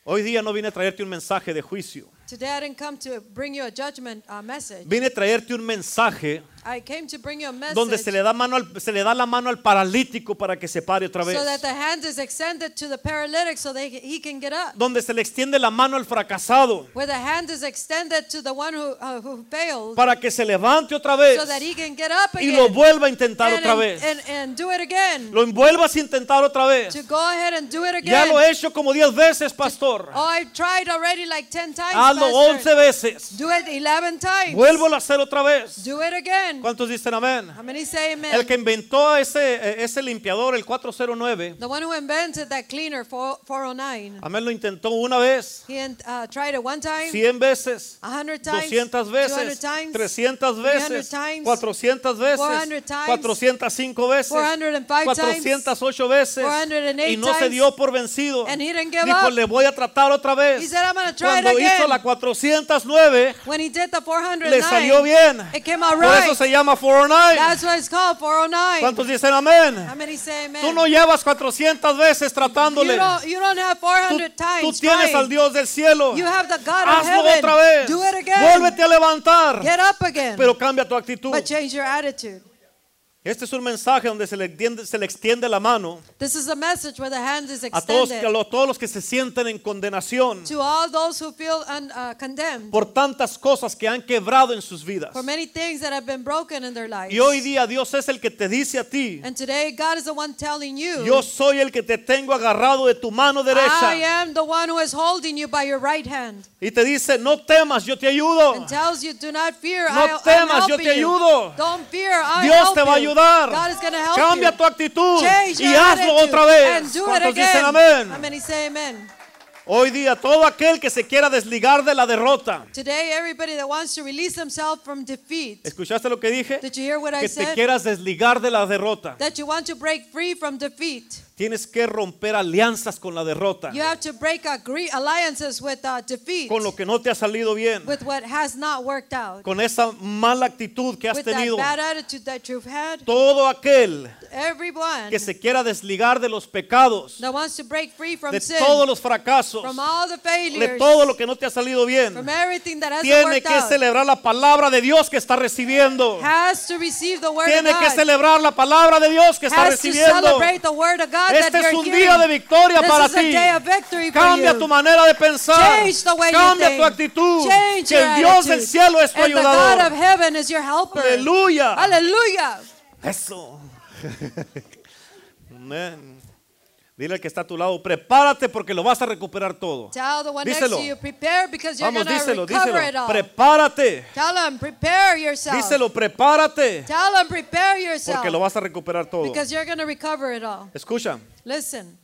[SPEAKER 1] Hoy día no vine a traerte un mensaje de juicio.
[SPEAKER 2] Today I didn't come to bring you a judgment uh, message.
[SPEAKER 1] Vine a traerte un mensaje
[SPEAKER 2] I came to bring you a
[SPEAKER 1] donde
[SPEAKER 2] message
[SPEAKER 1] se le da, mano al- se le da la mano al paralítico para que se pare otra vez.
[SPEAKER 2] so that the hand is extended to the paralytic so that he can get up.
[SPEAKER 1] Donde se le extiende la mano al fracasado
[SPEAKER 2] Where the hand is extended to the one who, uh, who failed
[SPEAKER 1] para que se levante otra
[SPEAKER 2] so
[SPEAKER 1] vez
[SPEAKER 2] that he can get up
[SPEAKER 1] y
[SPEAKER 2] again
[SPEAKER 1] lo vuelva a intentar
[SPEAKER 2] and,
[SPEAKER 1] otra vez.
[SPEAKER 2] and, and do it again.
[SPEAKER 1] Lo envuelvas a intentar otra
[SPEAKER 2] To
[SPEAKER 1] vez.
[SPEAKER 2] go ahead and do it
[SPEAKER 1] Ya
[SPEAKER 2] again.
[SPEAKER 1] lo he hecho como 10 veces, pastor.
[SPEAKER 2] Oh, I've tried already like 10 times.
[SPEAKER 1] Hazlo
[SPEAKER 2] Pastor.
[SPEAKER 1] 11 veces.
[SPEAKER 2] Do it 11 times.
[SPEAKER 1] Vuélvelo a hacer otra vez.
[SPEAKER 2] Do it again.
[SPEAKER 1] ¿Cuántos dicen amén?
[SPEAKER 2] How many say amen?
[SPEAKER 1] El que inventó ese, eh, ese limpiador, el 409,
[SPEAKER 2] The one who invented that cleaner for 409.
[SPEAKER 1] amén, lo intentó una vez,
[SPEAKER 2] He uh, tried it one time,
[SPEAKER 1] 100 veces,
[SPEAKER 2] 100 times,
[SPEAKER 1] 200
[SPEAKER 2] 200
[SPEAKER 1] veces,
[SPEAKER 2] times,
[SPEAKER 1] 300 veces,
[SPEAKER 2] 300
[SPEAKER 1] 400 veces,
[SPEAKER 2] 400 times,
[SPEAKER 1] 405 veces,
[SPEAKER 2] 405 times,
[SPEAKER 1] 408 veces.
[SPEAKER 2] 408
[SPEAKER 1] Y no se
[SPEAKER 2] times,
[SPEAKER 1] dio por vencido.
[SPEAKER 2] and he didn't give
[SPEAKER 1] Dijo,
[SPEAKER 2] up.
[SPEAKER 1] le voy a tratar otra vez.
[SPEAKER 2] He said, "I'm gonna try it
[SPEAKER 1] Cuando hizo
[SPEAKER 2] again."
[SPEAKER 1] la 409,
[SPEAKER 2] When he did the 409,
[SPEAKER 1] le salió bien.
[SPEAKER 2] it came out
[SPEAKER 1] Por
[SPEAKER 2] right.
[SPEAKER 1] eso se llama 409.
[SPEAKER 2] That's why it's called 409.
[SPEAKER 1] ¿Cuántos dicen amén?
[SPEAKER 2] How many say amen?
[SPEAKER 1] Tú no llevas 400 veces
[SPEAKER 2] you,
[SPEAKER 1] tratándole.
[SPEAKER 2] don't, you don't have
[SPEAKER 1] Tú,
[SPEAKER 2] 400
[SPEAKER 1] tú
[SPEAKER 2] times.
[SPEAKER 1] tienes
[SPEAKER 2] trying.
[SPEAKER 1] al Dios del cielo.
[SPEAKER 2] You have the God of
[SPEAKER 1] Hazlo
[SPEAKER 2] heaven.
[SPEAKER 1] otra vez.
[SPEAKER 2] Do it again.
[SPEAKER 1] Vuélvete a levantar.
[SPEAKER 2] Get up again.
[SPEAKER 1] Pero cambia tu actitud.
[SPEAKER 2] but change your attitude.
[SPEAKER 1] Este es un mensaje donde se le extiende, se le extiende la mano
[SPEAKER 2] This is a message where the hand is
[SPEAKER 1] a todos,
[SPEAKER 2] extended
[SPEAKER 1] a lo- todos los que se sienten en condenación
[SPEAKER 2] to all those who feel un, uh, condemned
[SPEAKER 1] por tantas cosas que han quebrado en sus vidas.
[SPEAKER 2] for many things that have been broken in their lives.
[SPEAKER 1] Y hoy día Dios es el que te dice a ti,
[SPEAKER 2] and today God is the one telling you,
[SPEAKER 1] yo soy el que te tengo agarrado de tu mano
[SPEAKER 2] I
[SPEAKER 1] derecha.
[SPEAKER 2] am the one who is holding you by your right hand
[SPEAKER 1] Y te dice, no temas, yo te ayudo.
[SPEAKER 2] and tells you, do not fear,
[SPEAKER 1] No
[SPEAKER 2] I, I'm
[SPEAKER 1] temas, yo
[SPEAKER 2] helping
[SPEAKER 1] te
[SPEAKER 2] you.
[SPEAKER 1] ayudo.
[SPEAKER 2] Don't fear, I
[SPEAKER 1] Dios
[SPEAKER 2] help
[SPEAKER 1] te va a
[SPEAKER 2] you.
[SPEAKER 1] ayudar.
[SPEAKER 2] God is going to help
[SPEAKER 1] Cambia
[SPEAKER 2] you.
[SPEAKER 1] tu actitud
[SPEAKER 2] Change
[SPEAKER 1] y
[SPEAKER 2] your
[SPEAKER 1] hazlo
[SPEAKER 2] attitude
[SPEAKER 1] otra
[SPEAKER 2] and
[SPEAKER 1] vez.
[SPEAKER 2] do it
[SPEAKER 1] ¿Cuántos dicen
[SPEAKER 2] again. How
[SPEAKER 1] amén?
[SPEAKER 2] many say amen?
[SPEAKER 1] Hoy día todo aquel que se quiera desligar de la derrota,
[SPEAKER 2] Today, everybody that wants to release themselves from defeat,
[SPEAKER 1] ¿escuchaste lo que dije?
[SPEAKER 2] did you hear what I
[SPEAKER 1] Que te
[SPEAKER 2] said?
[SPEAKER 1] quieras desligar de la derrota,
[SPEAKER 2] That you want to break free from defeat.
[SPEAKER 1] tienes que romper alianzas con la derrota,
[SPEAKER 2] You have to break agree alliances with uh, defeat,
[SPEAKER 1] con lo que no te ha salido bien,
[SPEAKER 2] with what has not worked out,
[SPEAKER 1] con esa mala actitud que has
[SPEAKER 2] with that
[SPEAKER 1] tenido.
[SPEAKER 2] bad attitude that you've had.
[SPEAKER 1] Todo aquel
[SPEAKER 2] Everyone
[SPEAKER 1] que se quiera desligar de los pecados,
[SPEAKER 2] that wants to break free from
[SPEAKER 1] de
[SPEAKER 2] sin,
[SPEAKER 1] todos los fracasos,
[SPEAKER 2] from all the
[SPEAKER 1] de
[SPEAKER 2] failures,
[SPEAKER 1] todo lo que no te ha salido bien,
[SPEAKER 2] from everything that hasn't
[SPEAKER 1] tiene
[SPEAKER 2] worked
[SPEAKER 1] que
[SPEAKER 2] out,
[SPEAKER 1] celebrar la palabra de Dios que está recibiendo.
[SPEAKER 2] has to receive the word of
[SPEAKER 1] Tiene que
[SPEAKER 2] God,
[SPEAKER 1] celebrar la palabra de Dios que está
[SPEAKER 2] has to
[SPEAKER 1] recibiendo.
[SPEAKER 2] celebrate the word of God
[SPEAKER 1] Este
[SPEAKER 2] that
[SPEAKER 1] es
[SPEAKER 2] you're
[SPEAKER 1] un
[SPEAKER 2] hearing.
[SPEAKER 1] día de victoria
[SPEAKER 2] This
[SPEAKER 1] para
[SPEAKER 2] is a
[SPEAKER 1] ti.
[SPEAKER 2] day of victory for
[SPEAKER 1] Cambia
[SPEAKER 2] you.
[SPEAKER 1] tu manera de pensar.
[SPEAKER 2] Change the way
[SPEAKER 1] Cambia
[SPEAKER 2] you think.
[SPEAKER 1] tu actitud.
[SPEAKER 2] Change
[SPEAKER 1] que
[SPEAKER 2] your
[SPEAKER 1] el Dios del
[SPEAKER 2] attitude.
[SPEAKER 1] cielo es tu
[SPEAKER 2] And The God
[SPEAKER 1] ayudador.
[SPEAKER 2] of heaven is your helper.
[SPEAKER 1] Aleluya.
[SPEAKER 2] Hallelujah.
[SPEAKER 1] Eso. Amén. Dile al que está a tu lado, prepárate porque lo vas a recuperar todo.
[SPEAKER 2] Tell the one
[SPEAKER 1] Díselo.
[SPEAKER 2] next to you, prepare because you're
[SPEAKER 1] Vamos,
[SPEAKER 2] going to
[SPEAKER 1] díselo,
[SPEAKER 2] recover it
[SPEAKER 1] díselo.
[SPEAKER 2] all.
[SPEAKER 1] Prepárate.
[SPEAKER 2] Tell him, prepare yourself.
[SPEAKER 1] Díselo, prepárate
[SPEAKER 2] Tell him, prepare yourself
[SPEAKER 1] porque lo vas a recuperar todo.
[SPEAKER 2] because you're going to recover it all.
[SPEAKER 1] Escucha,
[SPEAKER 2] Listen,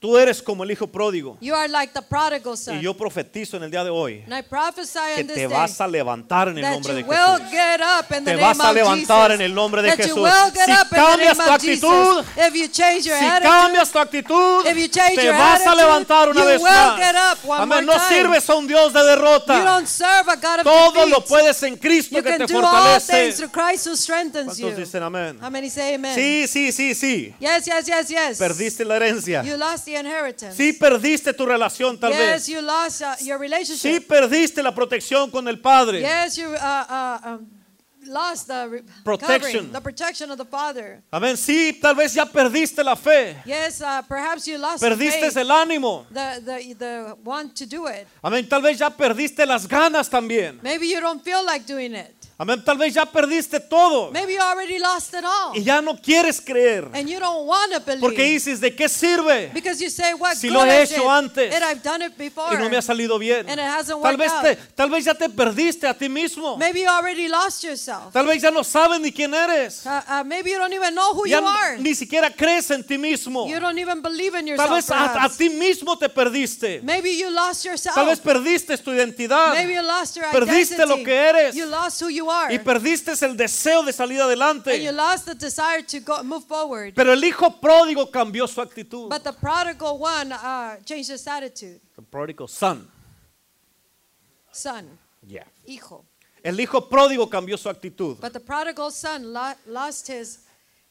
[SPEAKER 1] tú eres como el hijo pródigo
[SPEAKER 2] you are like the prodigal son.
[SPEAKER 1] y yo profetizo en el día de hoy
[SPEAKER 2] and I prophesy
[SPEAKER 1] que
[SPEAKER 2] on this
[SPEAKER 1] te
[SPEAKER 2] day
[SPEAKER 1] vas a levantar en el
[SPEAKER 2] that
[SPEAKER 1] nombre de
[SPEAKER 2] you will
[SPEAKER 1] Jesús.
[SPEAKER 2] get up in the
[SPEAKER 1] Te
[SPEAKER 2] name
[SPEAKER 1] vas a
[SPEAKER 2] of
[SPEAKER 1] levantar
[SPEAKER 2] Jesus.
[SPEAKER 1] en el nombre de
[SPEAKER 2] that
[SPEAKER 1] Jesús.
[SPEAKER 2] you will get
[SPEAKER 1] Si
[SPEAKER 2] up in the
[SPEAKER 1] cambias
[SPEAKER 2] name
[SPEAKER 1] tu
[SPEAKER 2] of
[SPEAKER 1] actitud,
[SPEAKER 2] Jesus. If you change your
[SPEAKER 1] Si
[SPEAKER 2] attitude,
[SPEAKER 1] cambias tu actitud,
[SPEAKER 2] If you change
[SPEAKER 1] te
[SPEAKER 2] your
[SPEAKER 1] vas a
[SPEAKER 2] attitude,
[SPEAKER 1] levantar una
[SPEAKER 2] you
[SPEAKER 1] vez
[SPEAKER 2] will
[SPEAKER 1] más.
[SPEAKER 2] get up one
[SPEAKER 1] Amén. No
[SPEAKER 2] more time.
[SPEAKER 1] sirves a un Dios de
[SPEAKER 2] you
[SPEAKER 1] derrota.
[SPEAKER 2] don't serve a God of
[SPEAKER 1] Todo
[SPEAKER 2] defeat.
[SPEAKER 1] lo puedes en Cristo
[SPEAKER 2] you
[SPEAKER 1] que
[SPEAKER 2] can
[SPEAKER 1] te
[SPEAKER 2] do all
[SPEAKER 1] fortalece.
[SPEAKER 2] things through Christ who strengthens you.
[SPEAKER 1] ¿Cuántos dicen amén?
[SPEAKER 2] How many say amen?
[SPEAKER 1] Sí, sí, sí, sí.
[SPEAKER 2] Yes, yes, yes, yes.
[SPEAKER 1] Perdiste la herencia.
[SPEAKER 2] You lost the inheritance.
[SPEAKER 1] Sí perdiste tu relación tal
[SPEAKER 2] yes,
[SPEAKER 1] vez.
[SPEAKER 2] you lost uh, your
[SPEAKER 1] Sí
[SPEAKER 2] relationship.
[SPEAKER 1] perdiste la protección con el Padre.
[SPEAKER 2] Yes, you uh, uh, um, lost the re-
[SPEAKER 1] Protection.
[SPEAKER 2] covering, the protection of the Father.
[SPEAKER 1] Amén. Sí, tal vez ya perdiste la fe.
[SPEAKER 2] Yes, uh, perhaps you lost
[SPEAKER 1] Perdiste
[SPEAKER 2] the, faith,
[SPEAKER 1] el ánimo.
[SPEAKER 2] the, the, the want to do it.
[SPEAKER 1] Amén. Tal vez ya perdiste las ganas también.
[SPEAKER 2] Maybe you don't feel like doing it.
[SPEAKER 1] Amén. Tal vez ya perdiste todo.
[SPEAKER 2] Maybe you already lost it all.
[SPEAKER 1] Y ya no quieres creer.
[SPEAKER 2] And you don't want to believe.
[SPEAKER 1] Porque dices, ¿de qué sirve?
[SPEAKER 2] Because you say, what
[SPEAKER 1] Si
[SPEAKER 2] good
[SPEAKER 1] lo he
[SPEAKER 2] is
[SPEAKER 1] hecho
[SPEAKER 2] it?
[SPEAKER 1] antes.
[SPEAKER 2] And I've done it before.
[SPEAKER 1] Y no me ha salido bien.
[SPEAKER 2] And it hasn't
[SPEAKER 1] Tal
[SPEAKER 2] worked
[SPEAKER 1] vez,
[SPEAKER 2] out.
[SPEAKER 1] te- tal vez ya te perdiste a ti mismo.
[SPEAKER 2] Maybe you already lost yourself.
[SPEAKER 1] Tal vez ya no sabes ni quién eres.
[SPEAKER 2] Uh, uh, maybe you don't even know who
[SPEAKER 1] Ya
[SPEAKER 2] you are.
[SPEAKER 1] ni siquiera crees en ti mismo.
[SPEAKER 2] You don't even believe in yourself.
[SPEAKER 1] Tal vez a, a
[SPEAKER 2] perhaps.
[SPEAKER 1] ti mismo te perdiste.
[SPEAKER 2] Maybe you lost yourself.
[SPEAKER 1] Tal vez perdiste tu identidad.
[SPEAKER 2] Maybe you lost your
[SPEAKER 1] Perdiste
[SPEAKER 2] identity.
[SPEAKER 1] lo que eres.
[SPEAKER 2] You lost who you are.
[SPEAKER 1] Y perdiste el deseo de salir
[SPEAKER 2] and you
[SPEAKER 1] adelante.
[SPEAKER 2] lost the desire to go, move forward.
[SPEAKER 1] Pero el hijo pródigo cambió su actitud.
[SPEAKER 2] But the prodigal one uh, changed his attitude.
[SPEAKER 1] The prodigal son.
[SPEAKER 2] Son,
[SPEAKER 1] Yeah.
[SPEAKER 2] hijo.
[SPEAKER 1] El hijo pródigo cambió su actitud.
[SPEAKER 2] But the prodigal son lo- lost his,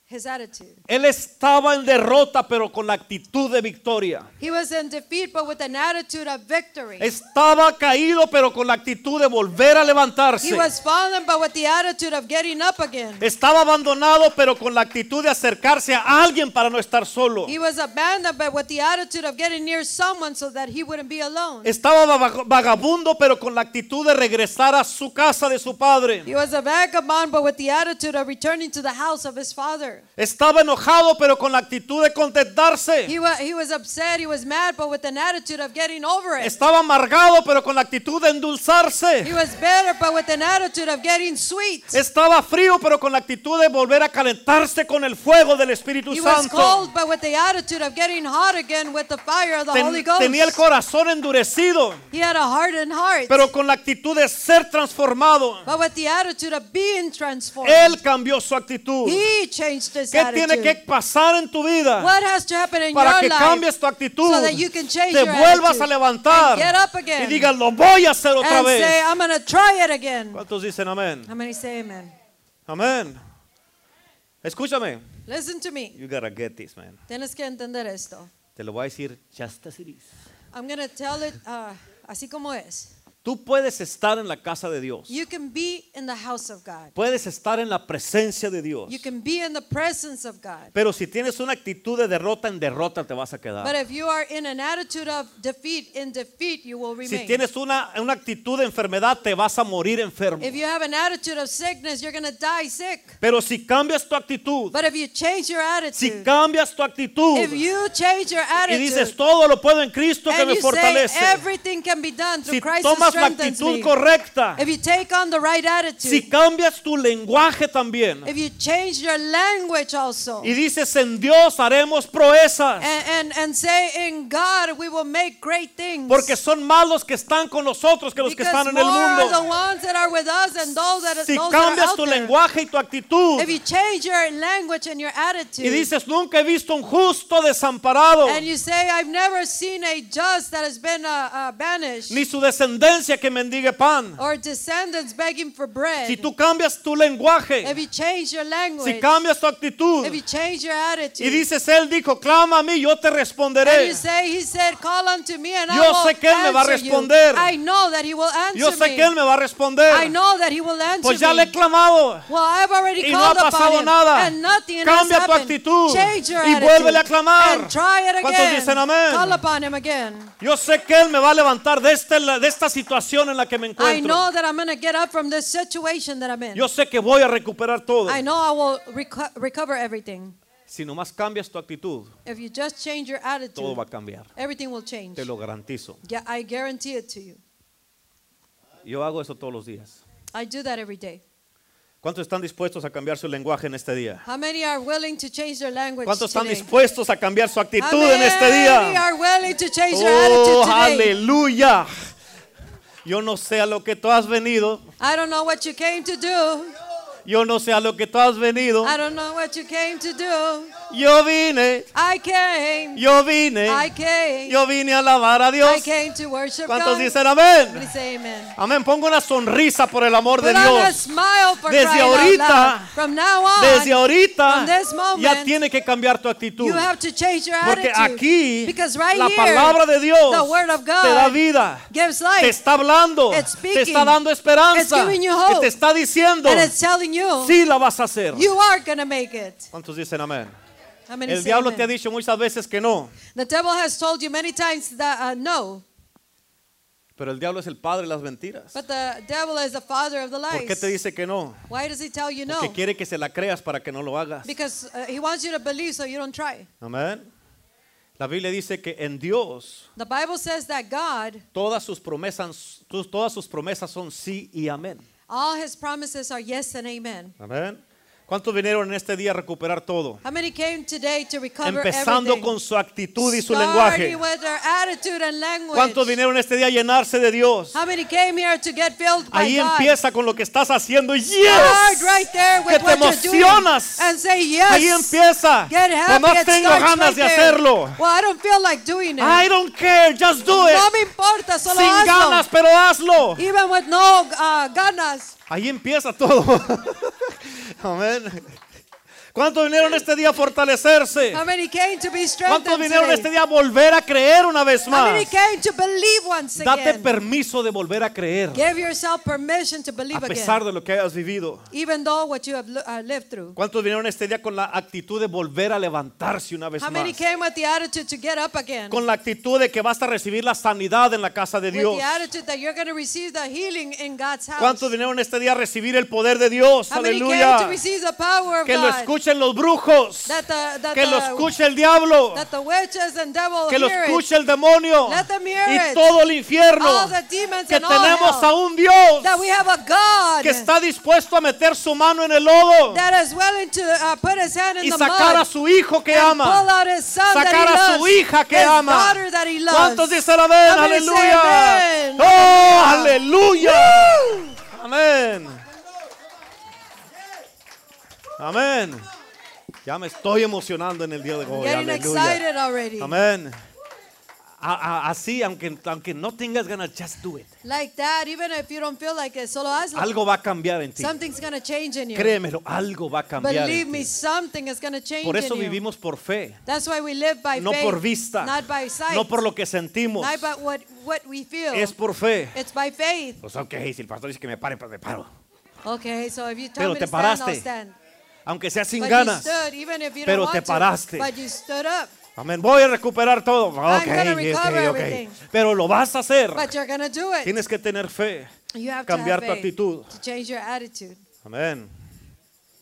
[SPEAKER 2] his attitude.
[SPEAKER 1] Él estaba en derrota, pero con la actitud de victoria.
[SPEAKER 2] He was in defeat, but with an attitude of victory.
[SPEAKER 1] Estaba caído, pero con la actitud de volver a levantarse.
[SPEAKER 2] He was fallen, but with the attitude of getting up again.
[SPEAKER 1] Estaba abandonado, pero con la actitud de acercarse a alguien para no estar solo.
[SPEAKER 2] He was abandoned, but with the attitude of getting near someone so that he wouldn't be alone.
[SPEAKER 1] Estaba vaga- vagabundo, pero con la actitud de regresar a su casa de su padre.
[SPEAKER 2] He was a vagabond, but with the attitude of returning to the house of his father.
[SPEAKER 1] Estaba enojado, pero con la actitud de contentarse.
[SPEAKER 2] He was, he was upset, he was mad, but with an attitude of getting over it.
[SPEAKER 1] Estaba amargado, pero con la actitud de
[SPEAKER 2] He
[SPEAKER 1] endulzarse.
[SPEAKER 2] was bitter, but with an attitude of getting sweet.
[SPEAKER 1] Estaba frío, pero con la actitud de volver a calentarse con el fuego del Espíritu
[SPEAKER 2] He was
[SPEAKER 1] Santo.
[SPEAKER 2] cold, but with the attitude of getting hot again with the fire of the
[SPEAKER 1] Ten-
[SPEAKER 2] Holy Ghost.
[SPEAKER 1] tenía el corazón endurecido,
[SPEAKER 2] He had a hardened heart,
[SPEAKER 1] pero con la actitud de ser transformado.
[SPEAKER 2] but with the attitude of being transformed.
[SPEAKER 1] Él cambió su actitud.
[SPEAKER 2] He changed his
[SPEAKER 1] ¿Qué
[SPEAKER 2] attitude.
[SPEAKER 1] tiene que pasar en tu vida
[SPEAKER 2] What has to happen in
[SPEAKER 1] para
[SPEAKER 2] your
[SPEAKER 1] que
[SPEAKER 2] life
[SPEAKER 1] cambies tu actitud?
[SPEAKER 2] so that you can change
[SPEAKER 1] Te
[SPEAKER 2] your
[SPEAKER 1] vuelvas
[SPEAKER 2] attitude
[SPEAKER 1] a levantar
[SPEAKER 2] and get up
[SPEAKER 1] y
[SPEAKER 2] again
[SPEAKER 1] digas, lo voy a hacer otra
[SPEAKER 2] and say,
[SPEAKER 1] vez.
[SPEAKER 2] I'm going to try it again.
[SPEAKER 1] ¿Cuántos dicen amén?
[SPEAKER 2] How many say amen?
[SPEAKER 1] Amén. Escúchame.
[SPEAKER 2] Listen to me.
[SPEAKER 1] You gotta get this, man.
[SPEAKER 2] Tienes que entender esto.
[SPEAKER 1] Te lo voy a decir just as it is.
[SPEAKER 2] I'm going to tell it uh, así como es.
[SPEAKER 1] Tú puedes estar en la casa de Dios.
[SPEAKER 2] You can be in the house of God.
[SPEAKER 1] Puedes estar en la presencia de Dios.
[SPEAKER 2] You can be in the presence of God.
[SPEAKER 1] Pero si tienes una actitud de derrota, en derrota te vas a
[SPEAKER 2] But
[SPEAKER 1] quedar.
[SPEAKER 2] if you are in an attitude of defeat, in defeat you will
[SPEAKER 1] Si
[SPEAKER 2] remain.
[SPEAKER 1] tienes una, una actitud de enfermedad, te vas a morir enfermo.
[SPEAKER 2] If you have an attitude of sickness, you're going to die sick.
[SPEAKER 1] Pero si cambias tu actitud,
[SPEAKER 2] But if you change your
[SPEAKER 1] si
[SPEAKER 2] attitude,
[SPEAKER 1] cambias tu actitud
[SPEAKER 2] if you change your
[SPEAKER 1] y
[SPEAKER 2] attitude,
[SPEAKER 1] dices todo lo puedo en Cristo que
[SPEAKER 2] and
[SPEAKER 1] me
[SPEAKER 2] you say
[SPEAKER 1] fortalece,
[SPEAKER 2] everything can be done through
[SPEAKER 1] si
[SPEAKER 2] Christ who
[SPEAKER 1] tomas la
[SPEAKER 2] strengthens
[SPEAKER 1] actitud
[SPEAKER 2] me.
[SPEAKER 1] correcta,
[SPEAKER 2] If you take on the right
[SPEAKER 1] si
[SPEAKER 2] attitude,
[SPEAKER 1] cambias tu lenguaje también
[SPEAKER 2] if you change your language also,
[SPEAKER 1] y dices en Dios haremos proezas,
[SPEAKER 2] and, and, and say, In God we will make great things.
[SPEAKER 1] porque son más los que están con nosotros que los que
[SPEAKER 2] because
[SPEAKER 1] están en
[SPEAKER 2] more
[SPEAKER 1] el
[SPEAKER 2] are the
[SPEAKER 1] mundo.
[SPEAKER 2] ones that are with us and those that,
[SPEAKER 1] Si
[SPEAKER 2] those that are
[SPEAKER 1] cambias
[SPEAKER 2] out
[SPEAKER 1] tu
[SPEAKER 2] there.
[SPEAKER 1] lenguaje y tu actitud
[SPEAKER 2] If you change your language and your attitude,
[SPEAKER 1] y dices nunca he visto un justo desamparado
[SPEAKER 2] and you say, I've never seen a just that has been uh, uh, banished,
[SPEAKER 1] ni su descendencia descendencia que mendigue pan.
[SPEAKER 2] or descendants begging for bread.
[SPEAKER 1] Si tú cambias tu lenguaje,
[SPEAKER 2] if you change your language,
[SPEAKER 1] si cambias tu actitud
[SPEAKER 2] if you change your
[SPEAKER 1] y
[SPEAKER 2] attitude,
[SPEAKER 1] dices, Él dijo, clama a mí, yo te
[SPEAKER 2] and you
[SPEAKER 1] responderé.
[SPEAKER 2] say, He said, call unto me and
[SPEAKER 1] Yo
[SPEAKER 2] I will
[SPEAKER 1] sé que Él me va a
[SPEAKER 2] answer you."
[SPEAKER 1] responder.
[SPEAKER 2] I know that He will answer
[SPEAKER 1] Yo sé
[SPEAKER 2] me.
[SPEAKER 1] que Él me va a
[SPEAKER 2] I
[SPEAKER 1] responder.
[SPEAKER 2] know that He will answer
[SPEAKER 1] Pues ya
[SPEAKER 2] me.
[SPEAKER 1] le he clamado.
[SPEAKER 2] Well, I've already
[SPEAKER 1] Y no
[SPEAKER 2] called
[SPEAKER 1] ha
[SPEAKER 2] upon
[SPEAKER 1] pasado
[SPEAKER 2] him,
[SPEAKER 1] nada.
[SPEAKER 2] and nothing
[SPEAKER 1] Cambia
[SPEAKER 2] has
[SPEAKER 1] tu
[SPEAKER 2] happened.
[SPEAKER 1] actitud
[SPEAKER 2] Change your
[SPEAKER 1] y
[SPEAKER 2] attitude
[SPEAKER 1] vuélvele a clamar.
[SPEAKER 2] And try it
[SPEAKER 1] ¿Cuántos
[SPEAKER 2] again.
[SPEAKER 1] dicen amén?
[SPEAKER 2] Call upon him again.
[SPEAKER 1] Yo sé que Él me va a levantar de, este- de esta situación en la que me
[SPEAKER 2] I
[SPEAKER 1] encuentro.
[SPEAKER 2] know that I'm going to get up from this situation that I'm in.
[SPEAKER 1] Yo sé que voy a recuperar todo.
[SPEAKER 2] I know I will reco- recover everything.
[SPEAKER 1] Si nomás cambias tu actitud,
[SPEAKER 2] If you just change your
[SPEAKER 1] todo
[SPEAKER 2] attitude,
[SPEAKER 1] va a cambiar.
[SPEAKER 2] everything will change.
[SPEAKER 1] Te lo garantizo.
[SPEAKER 2] Yeah, I guarantee it to you.
[SPEAKER 1] Yo hago eso todos los días.
[SPEAKER 2] I do that every day.
[SPEAKER 1] ¿Cuántos están dispuestos a cambiar su lenguaje en este día?
[SPEAKER 2] How many are willing to change their language
[SPEAKER 1] ¿Cuántos están
[SPEAKER 2] today?
[SPEAKER 1] dispuestos a cambiar su
[SPEAKER 2] How
[SPEAKER 1] actitud en
[SPEAKER 2] many
[SPEAKER 1] este día?
[SPEAKER 2] are willing to change their
[SPEAKER 1] Oh,
[SPEAKER 2] attitude today?
[SPEAKER 1] aleluya. Yo no sé a lo que tú has venido.
[SPEAKER 2] I don't know what you came to do.
[SPEAKER 1] Yo no sé a lo que tú has venido.
[SPEAKER 2] I don't know what you came to do.
[SPEAKER 1] Yo vine,
[SPEAKER 2] I came.
[SPEAKER 1] yo
[SPEAKER 2] I
[SPEAKER 1] vine,
[SPEAKER 2] came.
[SPEAKER 1] yo vine a alabar a
[SPEAKER 2] I
[SPEAKER 1] Dios.
[SPEAKER 2] came to worship
[SPEAKER 1] ¿Cuántos
[SPEAKER 2] God.
[SPEAKER 1] dicen amén?
[SPEAKER 2] Please say amen.
[SPEAKER 1] Amén. Pongo una sonrisa por el amor de
[SPEAKER 2] Put on a
[SPEAKER 1] Dios.
[SPEAKER 2] smile for
[SPEAKER 1] Desde
[SPEAKER 2] crying
[SPEAKER 1] ahorita,
[SPEAKER 2] out loud. From now on,
[SPEAKER 1] Desde ahorita
[SPEAKER 2] From this moment,
[SPEAKER 1] ya tiene que cambiar tu actitud.
[SPEAKER 2] you have to change your
[SPEAKER 1] Porque aquí
[SPEAKER 2] attitude. Because right
[SPEAKER 1] la
[SPEAKER 2] here,
[SPEAKER 1] palabra de Dios
[SPEAKER 2] the word of God
[SPEAKER 1] te da vida.
[SPEAKER 2] gives
[SPEAKER 1] Te
[SPEAKER 2] life.
[SPEAKER 1] está hablando,
[SPEAKER 2] It's
[SPEAKER 1] te está
[SPEAKER 2] speaking.
[SPEAKER 1] dando esperanza,
[SPEAKER 2] It's giving you hope.
[SPEAKER 1] te está diciendo,
[SPEAKER 2] and it's telling you,
[SPEAKER 1] sí la vas a hacer.
[SPEAKER 2] you are going to make it.
[SPEAKER 1] ¿Cuántos dicen amén?
[SPEAKER 2] How many
[SPEAKER 1] El
[SPEAKER 2] say
[SPEAKER 1] diablo
[SPEAKER 2] amen?
[SPEAKER 1] te ha dicho muchas veces que no,
[SPEAKER 2] The devil has told you many times that uh, no,
[SPEAKER 1] pero el diablo es el padre de las mentiras.
[SPEAKER 2] but the devil is the father of the lies.
[SPEAKER 1] ¿Por qué te dice que no?
[SPEAKER 2] Why does he tell you no?
[SPEAKER 1] Porque quiere que se la creas para que no lo hagas.
[SPEAKER 2] Because uh, he wants you to believe so you don't try.
[SPEAKER 1] Amén. La Biblia dice que en Dios
[SPEAKER 2] The Bible says that God,
[SPEAKER 1] todas sus promesas, tus- todas sus promesas son sí y amén.
[SPEAKER 2] all his promises are yes and amen.
[SPEAKER 1] Amén. ¿Cuántos vinieron en este día a recuperar todo?
[SPEAKER 2] How many came today to recover
[SPEAKER 1] Empezando
[SPEAKER 2] everything?
[SPEAKER 1] con su actitud y su
[SPEAKER 2] Starting
[SPEAKER 1] lenguaje.
[SPEAKER 2] with their attitude and language.
[SPEAKER 1] ¿Cuántos vinieron este día a llenarse de Dios?
[SPEAKER 2] How many came here to get filled by
[SPEAKER 1] Ahí
[SPEAKER 2] Oh God?
[SPEAKER 1] empieza con lo que estás haciendo. ¡Yes!
[SPEAKER 2] Start right there
[SPEAKER 1] que
[SPEAKER 2] with
[SPEAKER 1] te
[SPEAKER 2] what you're doing
[SPEAKER 1] emocionas.
[SPEAKER 2] and say yes.
[SPEAKER 1] Ahí empieza.
[SPEAKER 2] Get happy.
[SPEAKER 1] No
[SPEAKER 2] It
[SPEAKER 1] tengo
[SPEAKER 2] starts
[SPEAKER 1] ganas
[SPEAKER 2] right
[SPEAKER 1] de
[SPEAKER 2] there.
[SPEAKER 1] hacerlo.
[SPEAKER 2] Well, I don't feel like doing it.
[SPEAKER 1] I don't care, just do it.
[SPEAKER 2] no me importa, solo
[SPEAKER 1] Sin
[SPEAKER 2] hazlo.
[SPEAKER 1] ganas, pero hazlo.
[SPEAKER 2] Even with no uh, ganas.
[SPEAKER 1] Ahí empieza todo. Amén. ¿Cuántos vinieron este día a fortalecerse?
[SPEAKER 2] How many came to be strengthened
[SPEAKER 1] ¿Cuántos vinieron
[SPEAKER 2] today?
[SPEAKER 1] este día a volver a creer una vez
[SPEAKER 2] How many
[SPEAKER 1] más?
[SPEAKER 2] came to believe once
[SPEAKER 1] Date
[SPEAKER 2] again?
[SPEAKER 1] permiso de volver a creer
[SPEAKER 2] Give yourself permission to believe
[SPEAKER 1] a
[SPEAKER 2] again,
[SPEAKER 1] pesar de lo que hayas vivido.
[SPEAKER 2] even though what you have li- uh, lived through.
[SPEAKER 1] ¿Cuántos vinieron este día con la actitud de volver a levantarse una vez
[SPEAKER 2] How
[SPEAKER 1] más?
[SPEAKER 2] many came with the attitude to get up again?
[SPEAKER 1] Con la actitud de que vas a recibir la sanidad en la casa de
[SPEAKER 2] With
[SPEAKER 1] Dios.
[SPEAKER 2] the attitude that you're going to receive the healing in God's house.
[SPEAKER 1] ¿Cuántos vinieron este día a recibir el poder de Dios?
[SPEAKER 2] How many came to
[SPEAKER 1] Aleluya.
[SPEAKER 2] receive the power of
[SPEAKER 1] Que lo
[SPEAKER 2] God?
[SPEAKER 1] escuchen los brujos.
[SPEAKER 2] that the, that
[SPEAKER 1] Que lo
[SPEAKER 2] the,
[SPEAKER 1] escuche el diablo.
[SPEAKER 2] that the witches and devil
[SPEAKER 1] Que lo
[SPEAKER 2] hear it.
[SPEAKER 1] escuche el demonio.
[SPEAKER 2] Let them hear
[SPEAKER 1] Y
[SPEAKER 2] it.
[SPEAKER 1] todo el infierno.
[SPEAKER 2] All the demons
[SPEAKER 1] Que
[SPEAKER 2] and all
[SPEAKER 1] tenemos
[SPEAKER 2] hell.
[SPEAKER 1] a un Dios
[SPEAKER 2] That we have a God
[SPEAKER 1] que está dispuesto a meter su mano en el lodo
[SPEAKER 2] that is willing to uh, put his hand in
[SPEAKER 1] y
[SPEAKER 2] the
[SPEAKER 1] sacar a
[SPEAKER 2] mud
[SPEAKER 1] su hijo que
[SPEAKER 2] and
[SPEAKER 1] ama.
[SPEAKER 2] pull out his son
[SPEAKER 1] sacar
[SPEAKER 2] that he
[SPEAKER 1] a su
[SPEAKER 2] loves,
[SPEAKER 1] hija que
[SPEAKER 2] his
[SPEAKER 1] ama.
[SPEAKER 2] daughter that he loves.
[SPEAKER 1] ¿Cuántos dicen amén?
[SPEAKER 2] How many say
[SPEAKER 1] Aleluya.
[SPEAKER 2] amén?
[SPEAKER 1] Oh, aleluya. Amén. Amén. Ya me estoy emocionando en el día de hoy.
[SPEAKER 2] Getting
[SPEAKER 1] Aleluya.
[SPEAKER 2] excited already.
[SPEAKER 1] Amén. A- a- así, aunque, aunque no tengas ganas, just do it.
[SPEAKER 2] Like that, even if you don't feel like it, solo hazlo.
[SPEAKER 1] Algo va a cambiar en ti.
[SPEAKER 2] Something's going to change in you.
[SPEAKER 1] Créemelo, algo va a cambiar.
[SPEAKER 2] Believe
[SPEAKER 1] en
[SPEAKER 2] me,
[SPEAKER 1] ti.
[SPEAKER 2] something is going to change
[SPEAKER 1] Por eso
[SPEAKER 2] in you.
[SPEAKER 1] vivimos por fe,
[SPEAKER 2] That's why we live by
[SPEAKER 1] no
[SPEAKER 2] faith,
[SPEAKER 1] por vista,
[SPEAKER 2] not by sight,
[SPEAKER 1] no por lo que sentimos,
[SPEAKER 2] not by what, what we feel.
[SPEAKER 1] es por fe.
[SPEAKER 2] It's by faith.
[SPEAKER 1] Pues ok, si el pastor dice que me pare, pues me paro.
[SPEAKER 2] Okay, so if you
[SPEAKER 1] Pero
[SPEAKER 2] tell
[SPEAKER 1] te
[SPEAKER 2] me to stand, I'll
[SPEAKER 1] paraste.
[SPEAKER 2] stand.
[SPEAKER 1] Aunque sea sin
[SPEAKER 2] But
[SPEAKER 1] ganas.
[SPEAKER 2] you stood, even if you
[SPEAKER 1] Pero
[SPEAKER 2] don't
[SPEAKER 1] te
[SPEAKER 2] want to,
[SPEAKER 1] paraste.
[SPEAKER 2] but you stood up.
[SPEAKER 1] Amén. Voy a recuperar todo. Ok,
[SPEAKER 2] gonna recover
[SPEAKER 1] ok, ok.
[SPEAKER 2] everything.
[SPEAKER 1] Pero lo vas a hacer.
[SPEAKER 2] But you're gonna do it.
[SPEAKER 1] Tienes que tener fe.
[SPEAKER 2] You have
[SPEAKER 1] Cambiar
[SPEAKER 2] to
[SPEAKER 1] tu
[SPEAKER 2] have faith
[SPEAKER 1] actitud.
[SPEAKER 2] to change your attitude.
[SPEAKER 1] Amén.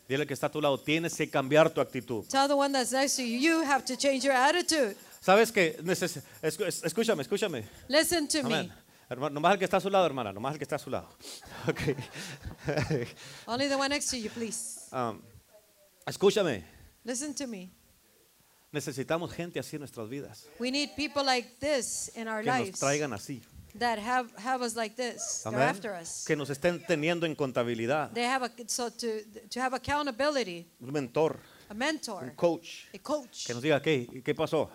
[SPEAKER 1] Dile que está a tu lado. Tienes que cambiar tu actitud.
[SPEAKER 2] Tell the one that's next to you, you have to change your attitude.
[SPEAKER 1] ¿Sabes qué? Neces- escu- es- Escúchame, escúchame.
[SPEAKER 2] Listen to
[SPEAKER 1] Amén.
[SPEAKER 2] me.
[SPEAKER 1] Hermano, nomás el que está a su lado, hermana. Nomás el que está a su lado. Ok.
[SPEAKER 2] Only the one next to you, please.
[SPEAKER 1] Um, escúchame.
[SPEAKER 2] Listen to me.
[SPEAKER 1] Necesitamos gente así en nuestras vidas.
[SPEAKER 2] We need people like this in our
[SPEAKER 1] Que nos
[SPEAKER 2] lives
[SPEAKER 1] traigan así.
[SPEAKER 2] that have, have us like this. They're
[SPEAKER 1] Amén.
[SPEAKER 2] after us.
[SPEAKER 1] Que nos estén teniendo en contabilidad.
[SPEAKER 2] They have a so to to have accountability,
[SPEAKER 1] Un mentor.
[SPEAKER 2] a
[SPEAKER 1] Un
[SPEAKER 2] mentor,
[SPEAKER 1] coach.
[SPEAKER 2] a coach
[SPEAKER 1] Que nos diga, ¿qué, qué pasó?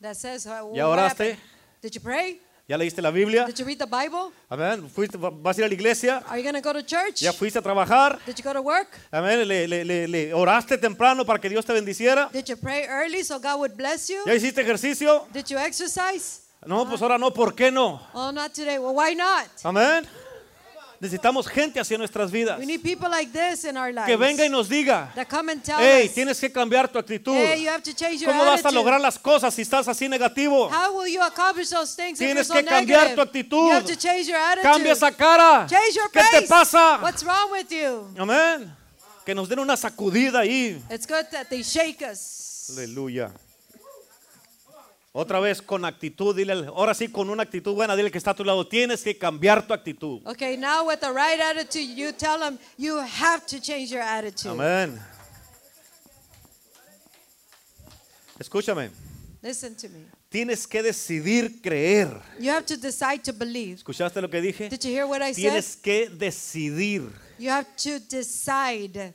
[SPEAKER 2] that says, uh,
[SPEAKER 1] ¿Ya
[SPEAKER 2] what
[SPEAKER 1] oraste?
[SPEAKER 2] happened? Did you pray?
[SPEAKER 1] ¿Ya ¿Ya leíste la Biblia?
[SPEAKER 2] Did you read the Bible?
[SPEAKER 1] Amén. Fuiste- va- ¿Vas a ir a la iglesia?
[SPEAKER 2] Are you going to go to church?
[SPEAKER 1] ¿Ya fuiste a trabajar?
[SPEAKER 2] Did you go to work?
[SPEAKER 1] Amén. Le, le- le- le oraste temprano para que Dios te bendiciera?
[SPEAKER 2] Did you pray early so God would bless you?
[SPEAKER 1] ¿Ya hiciste ejercicio?
[SPEAKER 2] Did you exercise?
[SPEAKER 1] No, pues ahora no. ¿Por qué no?
[SPEAKER 2] Oh, not today. Well, why not?
[SPEAKER 1] Amén. Necesitamos gente hacia nuestras vidas.
[SPEAKER 2] We need people like this in our lives
[SPEAKER 1] Que venga y nos diga,
[SPEAKER 2] that come and tell
[SPEAKER 1] hey,
[SPEAKER 2] us,
[SPEAKER 1] tienes que cambiar tu actitud.
[SPEAKER 2] hey, you have to change your
[SPEAKER 1] ¿Cómo vas a
[SPEAKER 2] attitude.
[SPEAKER 1] lograr las cosas si estás así negativo?
[SPEAKER 2] How will you accomplish those things if
[SPEAKER 1] Tienes
[SPEAKER 2] you're so
[SPEAKER 1] que cambiar
[SPEAKER 2] negative?
[SPEAKER 1] tu actitud.
[SPEAKER 2] You have to change your attitude.
[SPEAKER 1] Cambia esa cara.
[SPEAKER 2] Change your
[SPEAKER 1] ¿Qué
[SPEAKER 2] face.
[SPEAKER 1] te pasa?
[SPEAKER 2] What's wrong with you?
[SPEAKER 1] Amén. Que nos den una sacudida ahí.
[SPEAKER 2] It's good that they shake us.
[SPEAKER 1] Aleluya. Otra vez con actitud, dile, al- ahora sí con una actitud buena, dile que está a tu lado, tienes que cambiar tu actitud.
[SPEAKER 2] Okay, now with the right attitude, you tell them you have to change your attitude.
[SPEAKER 1] Amén. Escúchame,
[SPEAKER 2] Listen to me.
[SPEAKER 1] tienes que decidir creer.
[SPEAKER 2] You have to decide to believe.
[SPEAKER 1] ¿Escuchaste lo que dije?
[SPEAKER 2] Did you hear what I said?
[SPEAKER 1] Tienes que decidir.
[SPEAKER 2] You have to decide.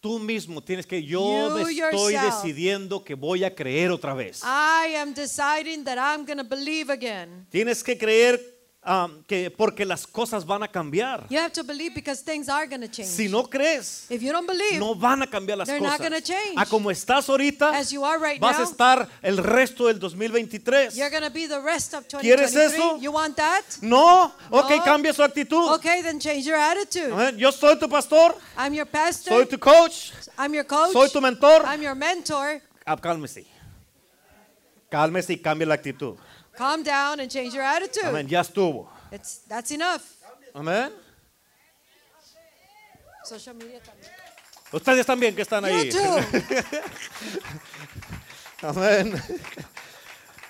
[SPEAKER 1] Tú mismo tienes que, yo
[SPEAKER 2] You
[SPEAKER 1] me estoy
[SPEAKER 2] yourself. Ah.
[SPEAKER 1] decidiendo que voy a creer otra vez.
[SPEAKER 2] I am deciding that I'm going to believe again.
[SPEAKER 1] Tienes que creer am, que porque las cosas van a cambiar.
[SPEAKER 2] You have to believe because things are going to change.
[SPEAKER 1] Si no crees,
[SPEAKER 2] if you don't believe,
[SPEAKER 1] no van a cambiar las
[SPEAKER 2] They're
[SPEAKER 1] cosas.
[SPEAKER 2] not gonna change.
[SPEAKER 1] A como estás ahorita,
[SPEAKER 2] as you are right
[SPEAKER 1] vas a
[SPEAKER 2] now,
[SPEAKER 1] estar el resto del 2023.
[SPEAKER 2] you're going to be the rest of 2023.
[SPEAKER 1] ¿Quieres eso?
[SPEAKER 2] You want that?
[SPEAKER 1] No, ok,
[SPEAKER 2] No.
[SPEAKER 1] cambia su actitud.
[SPEAKER 2] Okay, then change your attitude.
[SPEAKER 1] Amén. Yo soy tu pastor,
[SPEAKER 2] I'm your pastor.
[SPEAKER 1] soy tu coach,
[SPEAKER 2] I'm your coach.
[SPEAKER 1] soy tu mentor.
[SPEAKER 2] I'm your mentor.
[SPEAKER 1] Ah, cálmese. Cálmese y cambia la actitud.
[SPEAKER 2] Calm down and change your attitude.
[SPEAKER 1] Amén, ya estuvo.
[SPEAKER 2] It's that's enough.
[SPEAKER 1] Amén.
[SPEAKER 2] Social media también.
[SPEAKER 1] Ustedes también que están ahí.
[SPEAKER 2] You too.
[SPEAKER 1] Amén.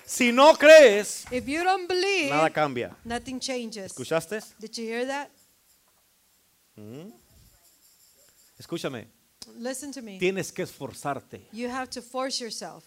[SPEAKER 1] Si no crees,
[SPEAKER 2] if you don't believe,
[SPEAKER 1] nada cambia.
[SPEAKER 2] nothing changes.
[SPEAKER 1] ¿Escuchaste?
[SPEAKER 2] Did you hear that?
[SPEAKER 1] Escúchame,
[SPEAKER 2] Listen to me.
[SPEAKER 1] tienes que esforzarte.
[SPEAKER 2] You have to force yourself.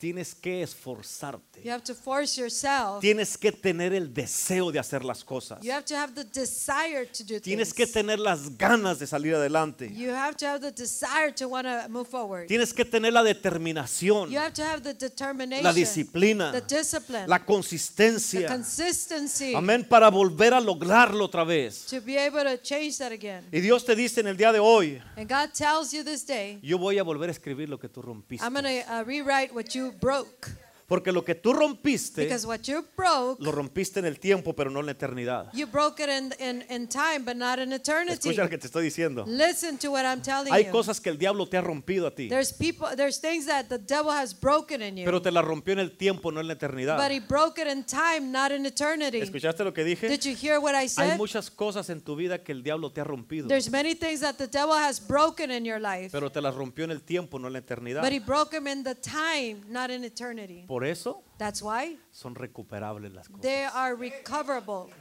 [SPEAKER 1] Tienes que
[SPEAKER 2] You
[SPEAKER 1] esforzarte.
[SPEAKER 2] have to force yourself.
[SPEAKER 1] Tienes que tener el deseo de hacer las cosas.
[SPEAKER 2] You have to have the desire to do
[SPEAKER 1] Tienes que
[SPEAKER 2] things.
[SPEAKER 1] tener las ganas de salir adelante.
[SPEAKER 2] you have to have the desire to want to move forward.
[SPEAKER 1] Tienes que tener la determinación,
[SPEAKER 2] You have to have the determination,
[SPEAKER 1] la disciplina,
[SPEAKER 2] the discipline,
[SPEAKER 1] la
[SPEAKER 2] the
[SPEAKER 1] consistencia.
[SPEAKER 2] consistency
[SPEAKER 1] Amén, para volver a lograrlo otra vez.
[SPEAKER 2] to be able to change that again.
[SPEAKER 1] Y Dios te dice en el día de hoy,
[SPEAKER 2] And God tells you this day,
[SPEAKER 1] yo voy a volver a escribir lo que tú rompiste.
[SPEAKER 2] I'm going to uh, rewrite what you broke.
[SPEAKER 1] Porque lo que tú rompiste,
[SPEAKER 2] Because what you broke,
[SPEAKER 1] lo rompiste en el tiempo, pero no en la eternidad.
[SPEAKER 2] you broke it in, in, in time, but not in eternity.
[SPEAKER 1] Escucha lo que te estoy diciendo.
[SPEAKER 2] Listen to what I'm telling
[SPEAKER 1] Hay
[SPEAKER 2] you.
[SPEAKER 1] cosas que el diablo te ha rompido a ti,
[SPEAKER 2] There's people, there's things that the devil has broken in you,
[SPEAKER 1] pero te la rompió en el tiempo, no en la
[SPEAKER 2] but
[SPEAKER 1] eternidad.
[SPEAKER 2] he broke it in time, not in eternity.
[SPEAKER 1] ¿Escuchaste lo que dije?
[SPEAKER 2] Did you hear what I
[SPEAKER 1] Hay
[SPEAKER 2] said?
[SPEAKER 1] muchas cosas en tu vida que el diablo te ha rompido,
[SPEAKER 2] There's many things that the devil has broken in your life,
[SPEAKER 1] pero te las rompió en el tiempo, no en la eternidad.
[SPEAKER 2] but he broke them in the time, not in eternity.
[SPEAKER 1] Por eso
[SPEAKER 2] That's why
[SPEAKER 1] son recuperables las cosas.
[SPEAKER 2] they are recoverable.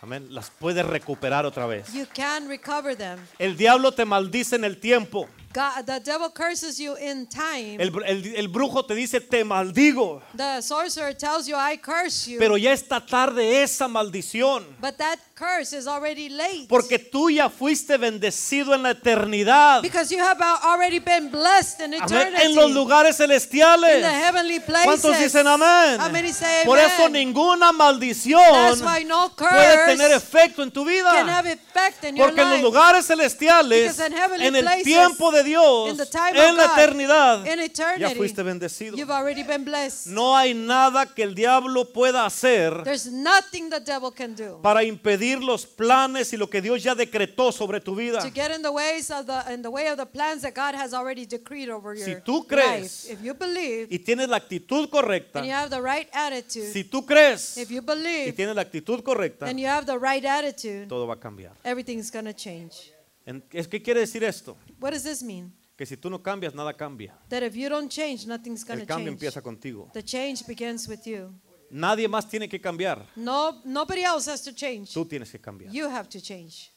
[SPEAKER 1] Amén. Las puedes recuperar otra vez.
[SPEAKER 2] You can recover them.
[SPEAKER 1] El diablo te maldice en el tiempo.
[SPEAKER 2] God, the devil curses you in time.
[SPEAKER 1] El, br- el- el brujo te dice, te maldigo.
[SPEAKER 2] The sorcerer tells you, I curse you.
[SPEAKER 1] Pero ya está tarde esa maldición.
[SPEAKER 2] But that curse is already late.
[SPEAKER 1] Porque tú ya fuiste bendecido en la eternidad.
[SPEAKER 2] Because you have al- already been blessed in
[SPEAKER 1] Amén.
[SPEAKER 2] eternity.
[SPEAKER 1] En los lugares
[SPEAKER 2] in
[SPEAKER 1] celestiales.
[SPEAKER 2] the heavenly places.
[SPEAKER 1] ¿Cuántos dicen amén?
[SPEAKER 2] How many say
[SPEAKER 1] Por eso
[SPEAKER 2] amen?
[SPEAKER 1] ninguna maldición
[SPEAKER 2] That's why no
[SPEAKER 1] puede
[SPEAKER 2] curse
[SPEAKER 1] tener efecto en tu
[SPEAKER 2] Can
[SPEAKER 1] vida.
[SPEAKER 2] have effect in
[SPEAKER 1] Ah,
[SPEAKER 2] your
[SPEAKER 1] Porque en los
[SPEAKER 2] life.
[SPEAKER 1] lugares celestiales,
[SPEAKER 2] Because in heavenly
[SPEAKER 1] en el
[SPEAKER 2] places,
[SPEAKER 1] tiempo de Dios,
[SPEAKER 2] in the time of
[SPEAKER 1] en la
[SPEAKER 2] God,
[SPEAKER 1] eternidad,
[SPEAKER 2] in eternity,
[SPEAKER 1] ya fuiste bendecido.
[SPEAKER 2] You've already been blessed.
[SPEAKER 1] No hay nada que el diablo pueda hacer
[SPEAKER 2] There's nothing the devil can do
[SPEAKER 1] para impedir los planes y lo que Dios ya decretó sobre tu vida.
[SPEAKER 2] to get in the ways of the in the way of the plans that God has already decreed over your
[SPEAKER 1] Si tú crees,
[SPEAKER 2] life. If you believe
[SPEAKER 1] Y tienes la actitud correcta.
[SPEAKER 2] and you have the right attitude,
[SPEAKER 1] Si tú crees
[SPEAKER 2] if you
[SPEAKER 1] y
[SPEAKER 2] believe
[SPEAKER 1] tienes la actitud correcta,
[SPEAKER 2] and you have the right attitude,
[SPEAKER 1] todo va a cambiar.
[SPEAKER 2] everything's going to change.
[SPEAKER 1] En- ¿Es ¿Qué quiere decir esto?
[SPEAKER 2] What does this mean?
[SPEAKER 1] Que si tú no cambias, nada cambia.
[SPEAKER 2] That if you don't change, nothing's
[SPEAKER 1] El
[SPEAKER 2] going to
[SPEAKER 1] cambio
[SPEAKER 2] change.
[SPEAKER 1] empieza contigo.
[SPEAKER 2] The change begins with you.
[SPEAKER 1] Nadie más tiene que cambiar.
[SPEAKER 2] No, nobody else has to change.
[SPEAKER 1] Tú tienes que cambiar.
[SPEAKER 2] You have to change.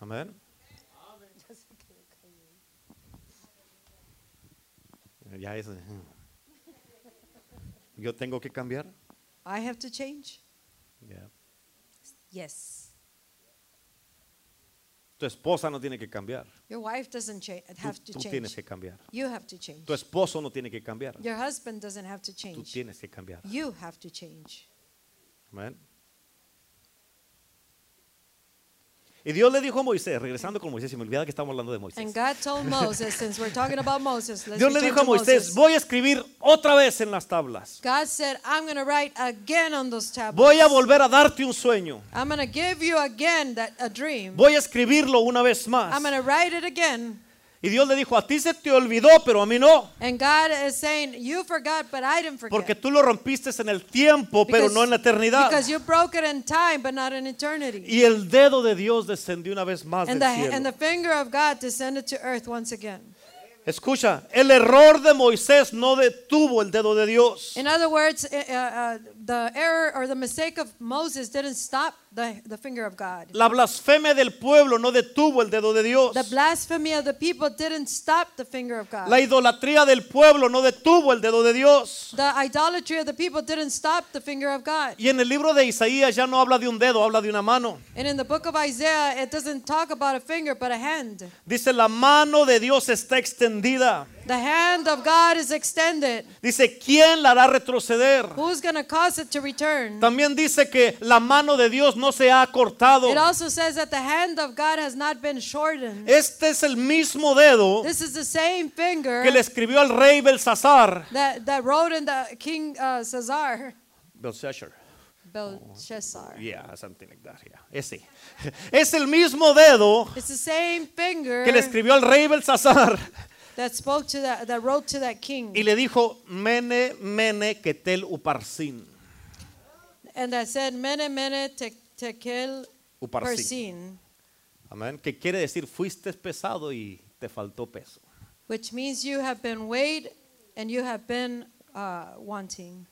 [SPEAKER 1] Amén. Ya es. eh, Yo tengo que cambiar.
[SPEAKER 2] I have to change.
[SPEAKER 1] Ya.
[SPEAKER 2] Yes.
[SPEAKER 1] Tu esposa no tiene que cambiar.
[SPEAKER 2] Your wife doesn't change.
[SPEAKER 1] Tú,
[SPEAKER 2] Have to
[SPEAKER 1] tú tienes
[SPEAKER 2] change.
[SPEAKER 1] que cambiar.
[SPEAKER 2] You have to change.
[SPEAKER 1] Tu esposo no tiene que cambiar.
[SPEAKER 2] Your husband doesn't have to
[SPEAKER 1] Tú
[SPEAKER 2] change.
[SPEAKER 1] tienes que cambiar.
[SPEAKER 2] You have to change.
[SPEAKER 1] Amén. Y Dios le dijo a Moisés, regresando con Moisés, se me olvidaba que estamos hablando de
[SPEAKER 2] And
[SPEAKER 1] Moisés.
[SPEAKER 2] God told Moses, since we're talking about Moses, let's
[SPEAKER 1] Dios le
[SPEAKER 2] return
[SPEAKER 1] dijo a
[SPEAKER 2] to
[SPEAKER 1] Moisés, voy a escribir otra vez en las tablas.
[SPEAKER 2] God said, I'm going to write again on those tablets.
[SPEAKER 1] Voy a volver a darte un sueño.
[SPEAKER 2] I'm going to give you again that a dream.
[SPEAKER 1] Voy a escribirlo una vez más.
[SPEAKER 2] I'm going to write it again.
[SPEAKER 1] Y Dios le dijo, a ti se te olvidó, pero a mí no.
[SPEAKER 2] And God is saying, you forgot, but I didn't forget.
[SPEAKER 1] Porque tú lo rompiste en el tiempo, pero
[SPEAKER 2] Because-
[SPEAKER 1] no en la eternidad.
[SPEAKER 2] Because you broke it in time, but not in eternity.
[SPEAKER 1] Y el dedo de Dios descendió una vez más
[SPEAKER 2] And
[SPEAKER 1] del
[SPEAKER 2] the, and the
[SPEAKER 1] cielo.
[SPEAKER 2] finger of God descended to earth once again.
[SPEAKER 1] Escucha, el error de Moisés no detuvo el dedo de Dios.
[SPEAKER 2] In other words, uh, uh, uh, the error or the mistake of Moses didn't stop the, the finger of God.
[SPEAKER 1] La blasfemia del pueblo no detuvo el dedo de Dios.
[SPEAKER 2] The blasphemy of the people didn't stop the finger of God.
[SPEAKER 1] La idolatría del pueblo no detuvo el dedo de Dios.
[SPEAKER 2] The idolatry of the people didn't stop the finger of God.
[SPEAKER 1] Y en el libro de Isaías ya no habla de un dedo, habla de una mano.
[SPEAKER 2] And in the book of Isaiah, it doesn't talk about a finger, but a hand.
[SPEAKER 1] Dice, la mano de Dios está extendida.
[SPEAKER 2] The hand of God is extended.
[SPEAKER 1] Dice, ¿quién la hará retroceder?
[SPEAKER 2] Who's going to cause it to return?
[SPEAKER 1] También dice que la mano de Dios no se ha cortado.
[SPEAKER 2] It also says that the hand of God has not been shortened.
[SPEAKER 1] Este es el mismo dedo
[SPEAKER 2] This is the same finger
[SPEAKER 1] que le escribió al rey Belsasar.
[SPEAKER 2] that, that wrote in the King uh, Caesar,
[SPEAKER 1] Belsasar.
[SPEAKER 2] Belshazzar.
[SPEAKER 1] Yeah, something like that, yeah. Ese. Es el mismo dedo
[SPEAKER 2] It's the same finger
[SPEAKER 1] que le escribió al rey Belsasar
[SPEAKER 2] that spoke to that, that wrote to that king,
[SPEAKER 1] y le dijo, mene, mene, ketel, uparsin.
[SPEAKER 2] and that said, "Mene, mene, te, tekel,
[SPEAKER 1] Uparsin.
[SPEAKER 2] parsin,"
[SPEAKER 1] Amén. Que quiere decir, fuiste pesado y te faltó peso.
[SPEAKER 2] which means you have been weighed and you have been uh, wanting.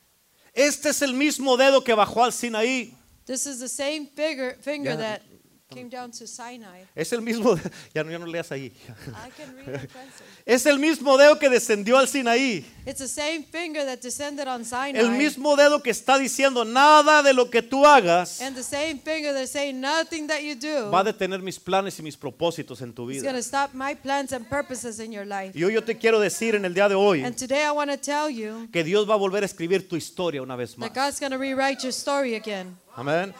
[SPEAKER 1] Este es el mismo dedo que bajó al Sinaí.
[SPEAKER 2] This is the same figure, finger
[SPEAKER 1] Ya.
[SPEAKER 2] that came down to Sinai.
[SPEAKER 1] Es el mismo, de- ya no, ya no leas ahí.
[SPEAKER 2] I can read and translate.
[SPEAKER 1] Es el mismo dedo que descendió al Sinaí.
[SPEAKER 2] It's the same finger that descended on Sinai.
[SPEAKER 1] El mismo dedo que está diciendo, nada de lo que tú hagas
[SPEAKER 2] And the same finger that say nothing that you do
[SPEAKER 1] va a detener mis planes y mis propósitos en tu
[SPEAKER 2] is going
[SPEAKER 1] vida.
[SPEAKER 2] to stop my plans and purposes in your life.
[SPEAKER 1] Y hoy yo te quiero decir en el día de hoy
[SPEAKER 2] And today I want to tell you
[SPEAKER 1] que Dios va a volver a escribir tu historia una vez más.
[SPEAKER 2] that God's going to rewrite your story again.
[SPEAKER 1] Amén.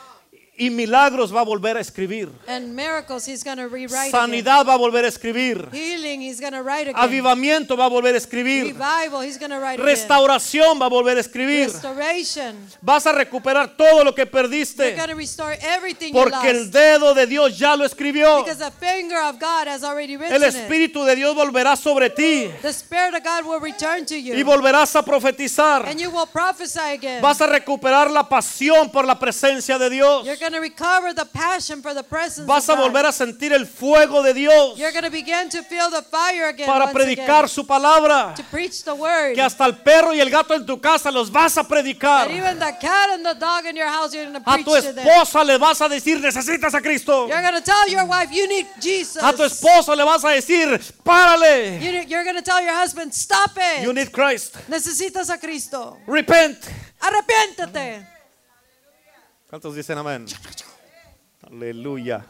[SPEAKER 1] Y milagros va a volver a escribir.
[SPEAKER 2] And miracles he's going to rewrite again.
[SPEAKER 1] Sanidad va a volver a escribir.
[SPEAKER 2] Healing he's going to write again.
[SPEAKER 1] Avivamiento va a volver a escribir.
[SPEAKER 2] Revival he's going to write again.
[SPEAKER 1] Restauración va a volver a escribir.
[SPEAKER 2] Restoration.
[SPEAKER 1] Vas a recuperar todo lo que
[SPEAKER 2] You're
[SPEAKER 1] perdiste.
[SPEAKER 2] going to restore everything you
[SPEAKER 1] Porque el
[SPEAKER 2] lost.
[SPEAKER 1] dedo de Dios ya lo escribió.
[SPEAKER 2] Because the finger of God has already
[SPEAKER 1] El
[SPEAKER 2] written it.
[SPEAKER 1] Espíritu de Dios volverá sobre ti.
[SPEAKER 2] The Spirit of God will return to
[SPEAKER 1] Y
[SPEAKER 2] you.
[SPEAKER 1] volverás a profetizar.
[SPEAKER 2] And you will prophesy again.
[SPEAKER 1] Vas a recuperar la pasión por la presencia de Dios.
[SPEAKER 2] You're going to recover the passion for the presence
[SPEAKER 1] Vas a
[SPEAKER 2] of God.
[SPEAKER 1] volver a sentir el fuego de Dios
[SPEAKER 2] You're going to begin to feel the fire again
[SPEAKER 1] para
[SPEAKER 2] once
[SPEAKER 1] predicar
[SPEAKER 2] again,
[SPEAKER 1] su palabra.
[SPEAKER 2] to preach the word.
[SPEAKER 1] Que hasta el perro y el gato en tu casa los vas a
[SPEAKER 2] that
[SPEAKER 1] predicar.
[SPEAKER 2] even the cat and the dog in your house, you're going to
[SPEAKER 1] A
[SPEAKER 2] preach
[SPEAKER 1] tu
[SPEAKER 2] to them.
[SPEAKER 1] esposa le vas a decir, necesitas a Cristo.
[SPEAKER 2] You're going to tell your wife, you need Jesus.
[SPEAKER 1] A tu esposo le vas a decir, párale.
[SPEAKER 2] you need, you're going to tell your husband, stop it.
[SPEAKER 1] You need Christ.
[SPEAKER 2] Necesitas a Cristo.
[SPEAKER 1] Repent.
[SPEAKER 2] Arrepiéntete.
[SPEAKER 1] ¿Cuántos dicen amén? Aleluya.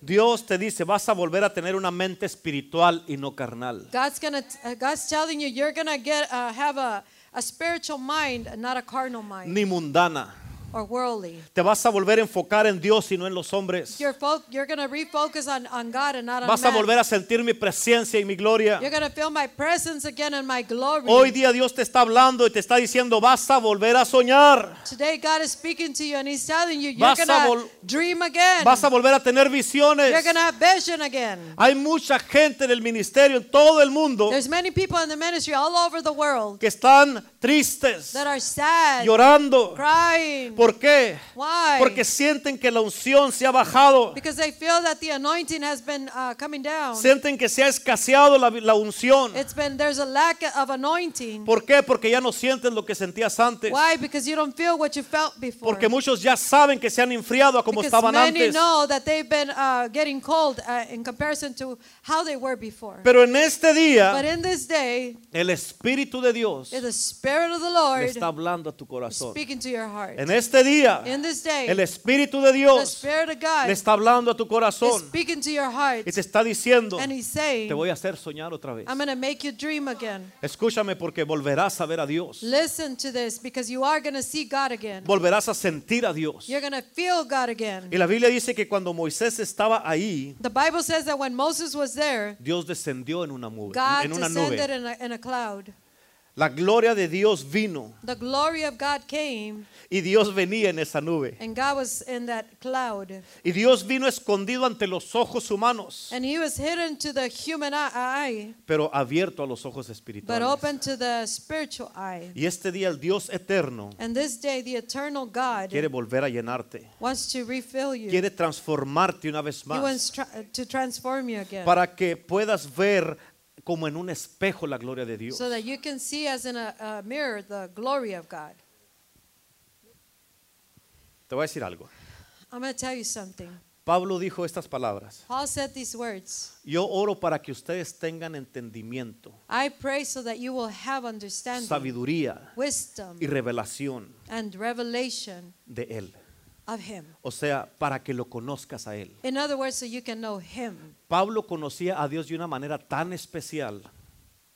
[SPEAKER 1] Dios te dice, vas a volver a tener una mente espiritual y no carnal.
[SPEAKER 2] God's going to, uh, God's telling you, you're going to get, uh, have a, a spiritual mind, and not a carnal mind
[SPEAKER 1] Ni mundana.
[SPEAKER 2] or worldly.
[SPEAKER 1] Te vas a volver a enfocar en Dios y no en los hombres.
[SPEAKER 2] You're, fo- you're going to refocus on, on God and not on
[SPEAKER 1] Vas a
[SPEAKER 2] man.
[SPEAKER 1] volver a sentir mi presencia y mi gloria.
[SPEAKER 2] You're going to feel my presence again and my glory.
[SPEAKER 1] Hoy día Dios te está hablando y te está diciendo, vas a volver a soñar.
[SPEAKER 2] Today God is speaking to you and he's telling you you're
[SPEAKER 1] Vas a
[SPEAKER 2] going to
[SPEAKER 1] vol-
[SPEAKER 2] dream again.
[SPEAKER 1] Vas a volver a tener
[SPEAKER 2] You're
[SPEAKER 1] visiones.
[SPEAKER 2] going to have vision again.
[SPEAKER 1] Hay mucha gente en el ministerio, en todo el mundo,
[SPEAKER 2] There's many people in the ministry all over the world
[SPEAKER 1] que están tristes,
[SPEAKER 2] that are sad,
[SPEAKER 1] llorando.
[SPEAKER 2] crying.
[SPEAKER 1] ¿Por qué?
[SPEAKER 2] Why?
[SPEAKER 1] Porque sienten que la unción se ha bajado.
[SPEAKER 2] because they feel that the anointing has been uh, coming down.
[SPEAKER 1] Sienten que se ha escaseado la, la unción.
[SPEAKER 2] It's been there's a lack of anointing.
[SPEAKER 1] ¿Por qué? Porque ya no sienten lo que sentías antes.
[SPEAKER 2] Why? Because you don't feel what you felt before.
[SPEAKER 1] Porque muchos ya saben que se han enfriado a como
[SPEAKER 2] because
[SPEAKER 1] estaban
[SPEAKER 2] many
[SPEAKER 1] antes.
[SPEAKER 2] know that they've been uh, getting cold uh, in comparison to how they were before.
[SPEAKER 1] Pero ah, en este
[SPEAKER 2] but
[SPEAKER 1] día,
[SPEAKER 2] in this day,
[SPEAKER 1] el Espíritu de Dios
[SPEAKER 2] the Spirit of the
[SPEAKER 1] le
[SPEAKER 2] Lord
[SPEAKER 1] está hablando a tu corazón.
[SPEAKER 2] speaking to your heart.
[SPEAKER 1] En este este día,
[SPEAKER 2] In this day,
[SPEAKER 1] el Espíritu de
[SPEAKER 2] the
[SPEAKER 1] Dios
[SPEAKER 2] Spirit of
[SPEAKER 1] le
[SPEAKER 2] God
[SPEAKER 1] está hablando a tu
[SPEAKER 2] is
[SPEAKER 1] corazón
[SPEAKER 2] speaking to your heart,
[SPEAKER 1] y te está diciendo,
[SPEAKER 2] and He's saying,
[SPEAKER 1] te voy a hacer soñar otra vez.
[SPEAKER 2] I'm going to make you dream again.
[SPEAKER 1] Escúchame porque volverás a ver a Dios.
[SPEAKER 2] Listen to this because you are going to see God again.
[SPEAKER 1] Volverás a sentir a Dios.
[SPEAKER 2] You're going to feel God again.
[SPEAKER 1] Y la Biblia dice que cuando Moisés estaba ahí,
[SPEAKER 2] The Bible says that when Moses was there,
[SPEAKER 1] Dios descendió en una nube.
[SPEAKER 2] God
[SPEAKER 1] En una
[SPEAKER 2] descended
[SPEAKER 1] nube.
[SPEAKER 2] in a, in a cloud.
[SPEAKER 1] La gloria de Dios vino
[SPEAKER 2] The glory of God came,
[SPEAKER 1] y Dios venía en esa nube.
[SPEAKER 2] and God was in that cloud.
[SPEAKER 1] Y Dios vino escondido ante los ojos humanos,
[SPEAKER 2] And he was hidden to the human eye- eye,
[SPEAKER 1] pero abierto a los ojos
[SPEAKER 2] but
[SPEAKER 1] espirituales.
[SPEAKER 2] open to the spiritual eye.
[SPEAKER 1] Y este día el Dios eterno
[SPEAKER 2] And this day, the eternal God
[SPEAKER 1] quiere volver a llenarte.
[SPEAKER 2] wants to refill you.
[SPEAKER 1] Quiere transformarte una vez
[SPEAKER 2] He
[SPEAKER 1] más
[SPEAKER 2] wants tra- to transform you again
[SPEAKER 1] para que puedas ver como en un espejo la gloria de Dios.
[SPEAKER 2] so that you can see as in a, a mirror the glory of God.
[SPEAKER 1] Te voy a decir algo.
[SPEAKER 2] I'm going to tell you something.
[SPEAKER 1] Pablo dijo estas palabras.
[SPEAKER 2] Paul said these words
[SPEAKER 1] Yo oro para que ustedes tengan entendimiento,
[SPEAKER 2] I pray so that you will have understanding,
[SPEAKER 1] sabiduría
[SPEAKER 2] wisdom,
[SPEAKER 1] y revelación
[SPEAKER 2] and revelation
[SPEAKER 1] de Él.
[SPEAKER 2] of Him.
[SPEAKER 1] O sea, para que lo conozcas a Él.
[SPEAKER 2] In other words, so you can know Him.
[SPEAKER 1] Pablo conocía a Dios de una manera tan especial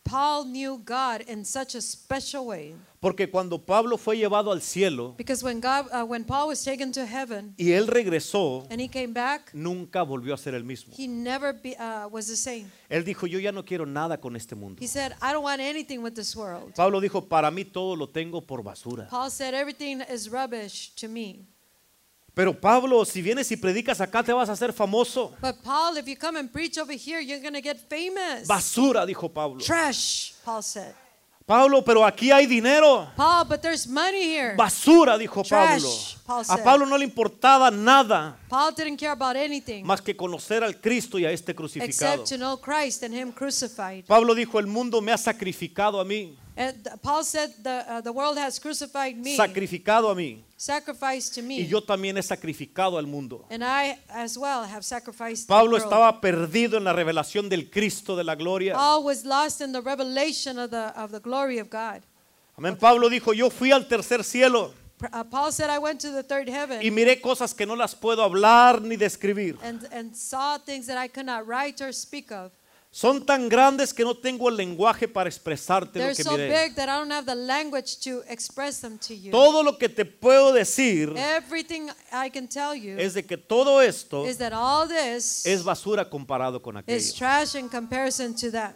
[SPEAKER 2] Paul knew God in such a special way.
[SPEAKER 1] Porque cuando Pablo fue llevado al cielo
[SPEAKER 2] Because when God, uh, when Paul was taken to heaven
[SPEAKER 1] y él regresó,
[SPEAKER 2] and he came back,
[SPEAKER 1] nunca volvió a ser el mismo.
[SPEAKER 2] he never be, uh, was the same.
[SPEAKER 1] Él dijo, yo ya no quiero nada con este mundo.
[SPEAKER 2] He said, "I don't want anything with this world."
[SPEAKER 1] Pablo dijo, para mí todo lo tengo por basura.
[SPEAKER 2] Paul said, "Everything is rubbish to me."
[SPEAKER 1] Pero Pablo, si vienes y predicas acá, te vas a hacer famoso.
[SPEAKER 2] But Paul, if you come and preach over here, you're gonna get famous.
[SPEAKER 1] Basura, dijo Pablo.
[SPEAKER 2] Trash, Paul said.
[SPEAKER 1] Pablo, pero aquí hay dinero.
[SPEAKER 2] Paul, but there's money here.
[SPEAKER 1] Basura, dijo Pablo.
[SPEAKER 2] Trash, Paul
[SPEAKER 1] A
[SPEAKER 2] said.
[SPEAKER 1] Pablo no le importaba nada
[SPEAKER 2] Paul didn't care about anything
[SPEAKER 1] más que conocer al Cristo y a este crucificado.
[SPEAKER 2] except to know Christ and Him crucified.
[SPEAKER 1] Pablo dijo, el mundo me ha sacrificado a mí,
[SPEAKER 2] And th- Paul said, "The uh, the world has crucified me,
[SPEAKER 1] sacrificado a mí.
[SPEAKER 2] sacrificed to
[SPEAKER 1] Y
[SPEAKER 2] me."
[SPEAKER 1] yo también he sacrificado al mundo.
[SPEAKER 2] And I as well have sacrificed. the
[SPEAKER 1] Pablo
[SPEAKER 2] world.
[SPEAKER 1] estaba perdido en la revelación del Cristo de la gloria.
[SPEAKER 2] Paul was lost in the revelation of the of the glory of God.
[SPEAKER 1] Amén. Pablo dijo, yo fui al tercer cielo
[SPEAKER 2] Pr- uh, Paul said, "I went to the third heaven
[SPEAKER 1] y miré cosas que no las puedo hablar ni describir.
[SPEAKER 2] and and saw things that I could not write or speak of.
[SPEAKER 1] Son tan grandes que no tengo el lenguaje para expresarte
[SPEAKER 2] They're
[SPEAKER 1] lo que
[SPEAKER 2] so
[SPEAKER 1] miré.
[SPEAKER 2] big that I don't have the language to express them to you.
[SPEAKER 1] Todo lo que te puedo decir
[SPEAKER 2] Everything I can tell you
[SPEAKER 1] es de que todo esto
[SPEAKER 2] is that all this
[SPEAKER 1] es basura comparado con
[SPEAKER 2] is
[SPEAKER 1] aquello.
[SPEAKER 2] trash in comparison to that."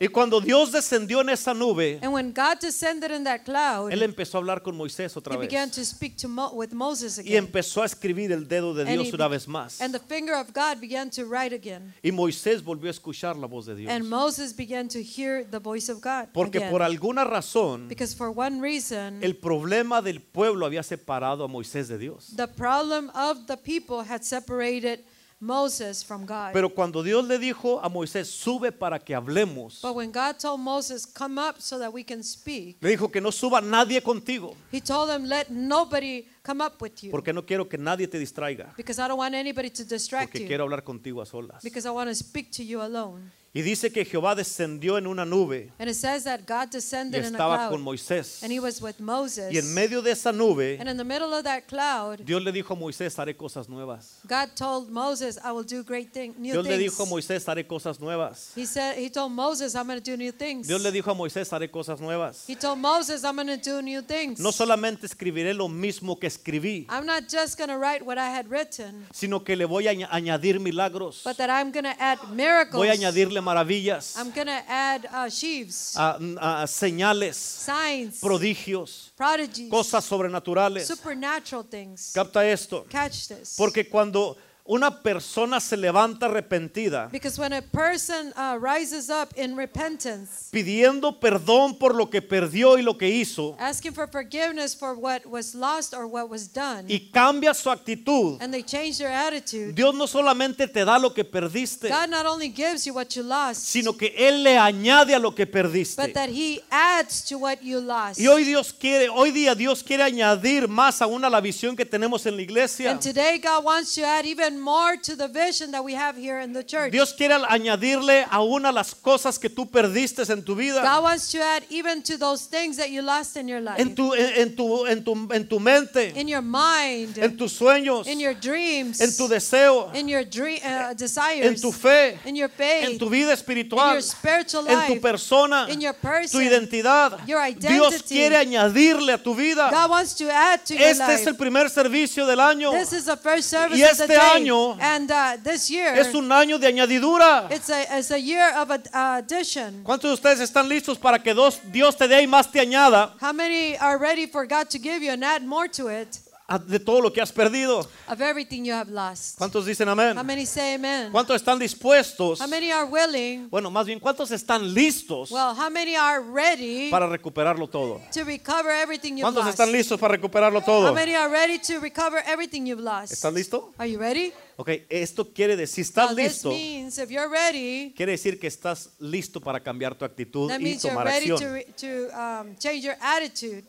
[SPEAKER 1] Y cuando Dios descendió en esa nube,
[SPEAKER 2] And when God descended in that cloud,
[SPEAKER 1] Él empezó a hablar con Moisés otra
[SPEAKER 2] He began
[SPEAKER 1] vez.
[SPEAKER 2] to speak to Mo- with Moses
[SPEAKER 1] Y
[SPEAKER 2] again.
[SPEAKER 1] empezó a escribir el dedo de
[SPEAKER 2] And
[SPEAKER 1] Dios
[SPEAKER 2] he
[SPEAKER 1] una
[SPEAKER 2] be-
[SPEAKER 1] vez más.
[SPEAKER 2] And the finger of God began to write again.
[SPEAKER 1] Y Moisés volvió a escuchar la voz de Dios.
[SPEAKER 2] And Moses began to hear the voice of God.
[SPEAKER 1] Porque
[SPEAKER 2] again.
[SPEAKER 1] por alguna razón
[SPEAKER 2] because for one reason,
[SPEAKER 1] el problema del pueblo había separado a Moisés de Dios.
[SPEAKER 2] the problem of the people had separated Moses from God.
[SPEAKER 1] Pero cuando Dios le dijo a Moisés, sube para que hablemos,
[SPEAKER 2] but when God told Moses, Come up so that we can speak,
[SPEAKER 1] le dijo que no suba nadie contigo,
[SPEAKER 2] he told him, Let nobody come up with you.
[SPEAKER 1] porque no quiero que nadie te distraiga,
[SPEAKER 2] because I don't want anybody to distract
[SPEAKER 1] porque
[SPEAKER 2] you.
[SPEAKER 1] quiero hablar contigo a solas.
[SPEAKER 2] because I want to speak to you alone.
[SPEAKER 1] Y dice que Jehová descendió en una nube
[SPEAKER 2] And it says that God
[SPEAKER 1] y
[SPEAKER 2] descended in a
[SPEAKER 1] estaba con
[SPEAKER 2] cloud.
[SPEAKER 1] Moisés.
[SPEAKER 2] And he was with Moses.
[SPEAKER 1] Y en medio de esa nube,
[SPEAKER 2] and in the middle of that cloud,
[SPEAKER 1] Dios le dijo a Moisés, haré cosas nuevas.
[SPEAKER 2] God told Moses, I will do great thing, new
[SPEAKER 1] Dios le
[SPEAKER 2] things.
[SPEAKER 1] dijo a Moisés, haré cosas nuevas.
[SPEAKER 2] He said he told Moses, I'm going to do new things.
[SPEAKER 1] Dios le dijo a Moisés, haré cosas nuevas.
[SPEAKER 2] he told Moses, I'm going to do new things.
[SPEAKER 1] No solamente escribiré lo mismo que escribí,
[SPEAKER 2] I'm not just going to write what I had written,
[SPEAKER 1] sino que le voy a añ- añadir milagros.
[SPEAKER 2] but that I'm going to add miracles.
[SPEAKER 1] Voy a añadirle maravillas,
[SPEAKER 2] I'm going to add uh, sheaves,
[SPEAKER 1] a- a señales,
[SPEAKER 2] signs,
[SPEAKER 1] Ah, prodigios,
[SPEAKER 2] prodigies,
[SPEAKER 1] cosas sobrenaturales.
[SPEAKER 2] supernatural things.
[SPEAKER 1] Capta esto.
[SPEAKER 2] Catch this.
[SPEAKER 1] Porque cuando una persona se levanta arrepentida,
[SPEAKER 2] because when a person uh, rises up in repentance,
[SPEAKER 1] pidiendo perdón por lo que perdió y lo que hizo,
[SPEAKER 2] asking for forgiveness for what was lost or what was done,
[SPEAKER 1] y cambia su actitud,
[SPEAKER 2] and they change their attitude,
[SPEAKER 1] Dios no solamente te da lo que perdiste,
[SPEAKER 2] God not only gives you what you lost,
[SPEAKER 1] sino que Él le añade a lo que perdiste.
[SPEAKER 2] but that He adds to what you lost.
[SPEAKER 1] Y hoy Dios quiere, hoy día Dios quiere añadir más aún a la visión que tenemos en la iglesia.
[SPEAKER 2] And today God wants to add even and more to the vision that we have here in the church.
[SPEAKER 1] Dios quiere añadirle aún a las cosas que tú perdiste en tu vida,
[SPEAKER 2] God wants to add even to those things that you lost in your life,
[SPEAKER 1] en tu, en, en tu, en tu, en tu mente,
[SPEAKER 2] in your mind,
[SPEAKER 1] en tus sueños,
[SPEAKER 2] in your dreams,
[SPEAKER 1] en tu deseo,
[SPEAKER 2] in your dream, uh, desires,
[SPEAKER 1] en tu fe,
[SPEAKER 2] in your faith,
[SPEAKER 1] en tu vida
[SPEAKER 2] in
[SPEAKER 1] espiritual,
[SPEAKER 2] your spiritual
[SPEAKER 1] en
[SPEAKER 2] life,
[SPEAKER 1] tu persona,
[SPEAKER 2] in your
[SPEAKER 1] tu
[SPEAKER 2] person.
[SPEAKER 1] identidad.
[SPEAKER 2] your
[SPEAKER 1] Dios
[SPEAKER 2] identity.
[SPEAKER 1] quiere añadirle a tu vida.
[SPEAKER 2] God wants to add to your
[SPEAKER 1] Este
[SPEAKER 2] life.
[SPEAKER 1] es el primer servicio del año.
[SPEAKER 2] This is the first service
[SPEAKER 1] Y
[SPEAKER 2] of
[SPEAKER 1] este
[SPEAKER 2] the day.
[SPEAKER 1] año
[SPEAKER 2] and uh, this year,
[SPEAKER 1] Es un año de añadidura.
[SPEAKER 2] it's, a, it's a year of ad- uh, addition.
[SPEAKER 1] ¿Cuántos de ustedes están listos para que dos- Dios te dé y más te añada
[SPEAKER 2] How many are ready for God to give you and add more to it
[SPEAKER 1] a- de todo lo que has perdido?
[SPEAKER 2] of everything you have lost?
[SPEAKER 1] ¿Cuántos dicen
[SPEAKER 2] How
[SPEAKER 1] amén?
[SPEAKER 2] many say amen?
[SPEAKER 1] ¿Cuántos están dispuestos?
[SPEAKER 2] How many are willing?
[SPEAKER 1] Bueno, más bien, ¿cuántos están listos
[SPEAKER 2] Well, how many are ready
[SPEAKER 1] para recuperarlo todo?
[SPEAKER 2] to recover everything you've
[SPEAKER 1] ¿Cuántos
[SPEAKER 2] lost?
[SPEAKER 1] están listos para recuperarlo
[SPEAKER 2] How
[SPEAKER 1] todo?
[SPEAKER 2] many are ready to recover everything you've lost?
[SPEAKER 1] ¿Estás listo?
[SPEAKER 2] Are you ready?
[SPEAKER 1] Ok, esto quiere decir, si
[SPEAKER 2] Now,
[SPEAKER 1] estás
[SPEAKER 2] this
[SPEAKER 1] listo,
[SPEAKER 2] means if you're ready,
[SPEAKER 1] quiere decir que estás listo para cambiar tu actitud
[SPEAKER 2] that
[SPEAKER 1] y
[SPEAKER 2] means you're
[SPEAKER 1] tomar
[SPEAKER 2] ready to,
[SPEAKER 1] acción.
[SPEAKER 2] re- to um, change your attitude,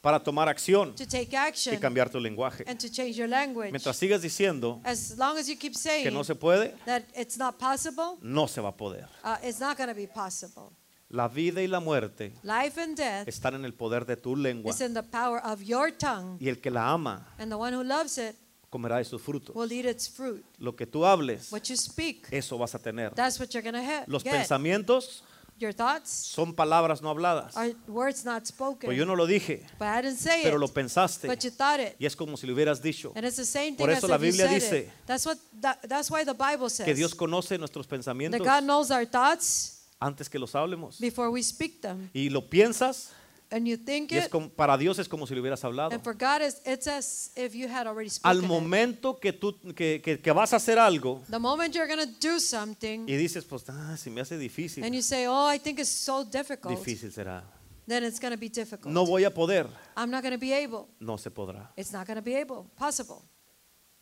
[SPEAKER 1] Para tomar acción
[SPEAKER 2] to take
[SPEAKER 1] y
[SPEAKER 2] action,
[SPEAKER 1] cambiar tu lenguaje.
[SPEAKER 2] and to change your language.
[SPEAKER 1] Mientras sigas diciendo
[SPEAKER 2] As long as you keep
[SPEAKER 1] que
[SPEAKER 2] saying
[SPEAKER 1] no se puede,
[SPEAKER 2] that it's not possible,
[SPEAKER 1] no se va a poder.
[SPEAKER 2] uh, it's not going to be possible.
[SPEAKER 1] La vida y la muerte
[SPEAKER 2] Life and death
[SPEAKER 1] están en el poder de tu lengua.
[SPEAKER 2] is in the power of your tongue,
[SPEAKER 1] Y el que la ama
[SPEAKER 2] and the one who loves it
[SPEAKER 1] comerá de sus frutos.
[SPEAKER 2] will eat its fruit.
[SPEAKER 1] Lo que tú hables,
[SPEAKER 2] What you speak,
[SPEAKER 1] eso vas a tener.
[SPEAKER 2] that's what you're going to ha-
[SPEAKER 1] Eh, Los
[SPEAKER 2] get.
[SPEAKER 1] pensamientos
[SPEAKER 2] Your thoughts
[SPEAKER 1] son palabras no habladas.
[SPEAKER 2] are words not
[SPEAKER 1] Pues
[SPEAKER 2] spoken.
[SPEAKER 1] yo no lo dije,
[SPEAKER 2] but I didn't say
[SPEAKER 1] pero
[SPEAKER 2] it,
[SPEAKER 1] lo pensaste.
[SPEAKER 2] but you thought it.
[SPEAKER 1] Y es como si lo hubieras dicho.
[SPEAKER 2] And it's the same
[SPEAKER 1] Por
[SPEAKER 2] thing
[SPEAKER 1] eso
[SPEAKER 2] as
[SPEAKER 1] la
[SPEAKER 2] if you
[SPEAKER 1] Biblia
[SPEAKER 2] said
[SPEAKER 1] dice
[SPEAKER 2] it. That's, what, that, that's why the Bible says
[SPEAKER 1] Que Dios conoce nuestros
[SPEAKER 2] that
[SPEAKER 1] pensamientos
[SPEAKER 2] God knows our thoughts
[SPEAKER 1] antes que los hablemos.
[SPEAKER 2] before we speak them.
[SPEAKER 1] Y lo piensas,
[SPEAKER 2] And you think
[SPEAKER 1] y es
[SPEAKER 2] it,
[SPEAKER 1] como- para Dios es como si lo hubieras hablado.
[SPEAKER 2] and for God, it's, it's as if you had already
[SPEAKER 1] Al
[SPEAKER 2] spoken it.
[SPEAKER 1] momento que tú que, que- que vas a hacer algo
[SPEAKER 2] The moment you're going to do something
[SPEAKER 1] y dices, pues, ah, si me hace difícil,
[SPEAKER 2] Mm-hmm. and you say, oh, I think it's so difficult,
[SPEAKER 1] difícil será.
[SPEAKER 2] then it's going to be difficult.
[SPEAKER 1] No voy a poder,
[SPEAKER 2] I'm not going to be able.
[SPEAKER 1] no se podrá.
[SPEAKER 2] It's not going to be able. Possible.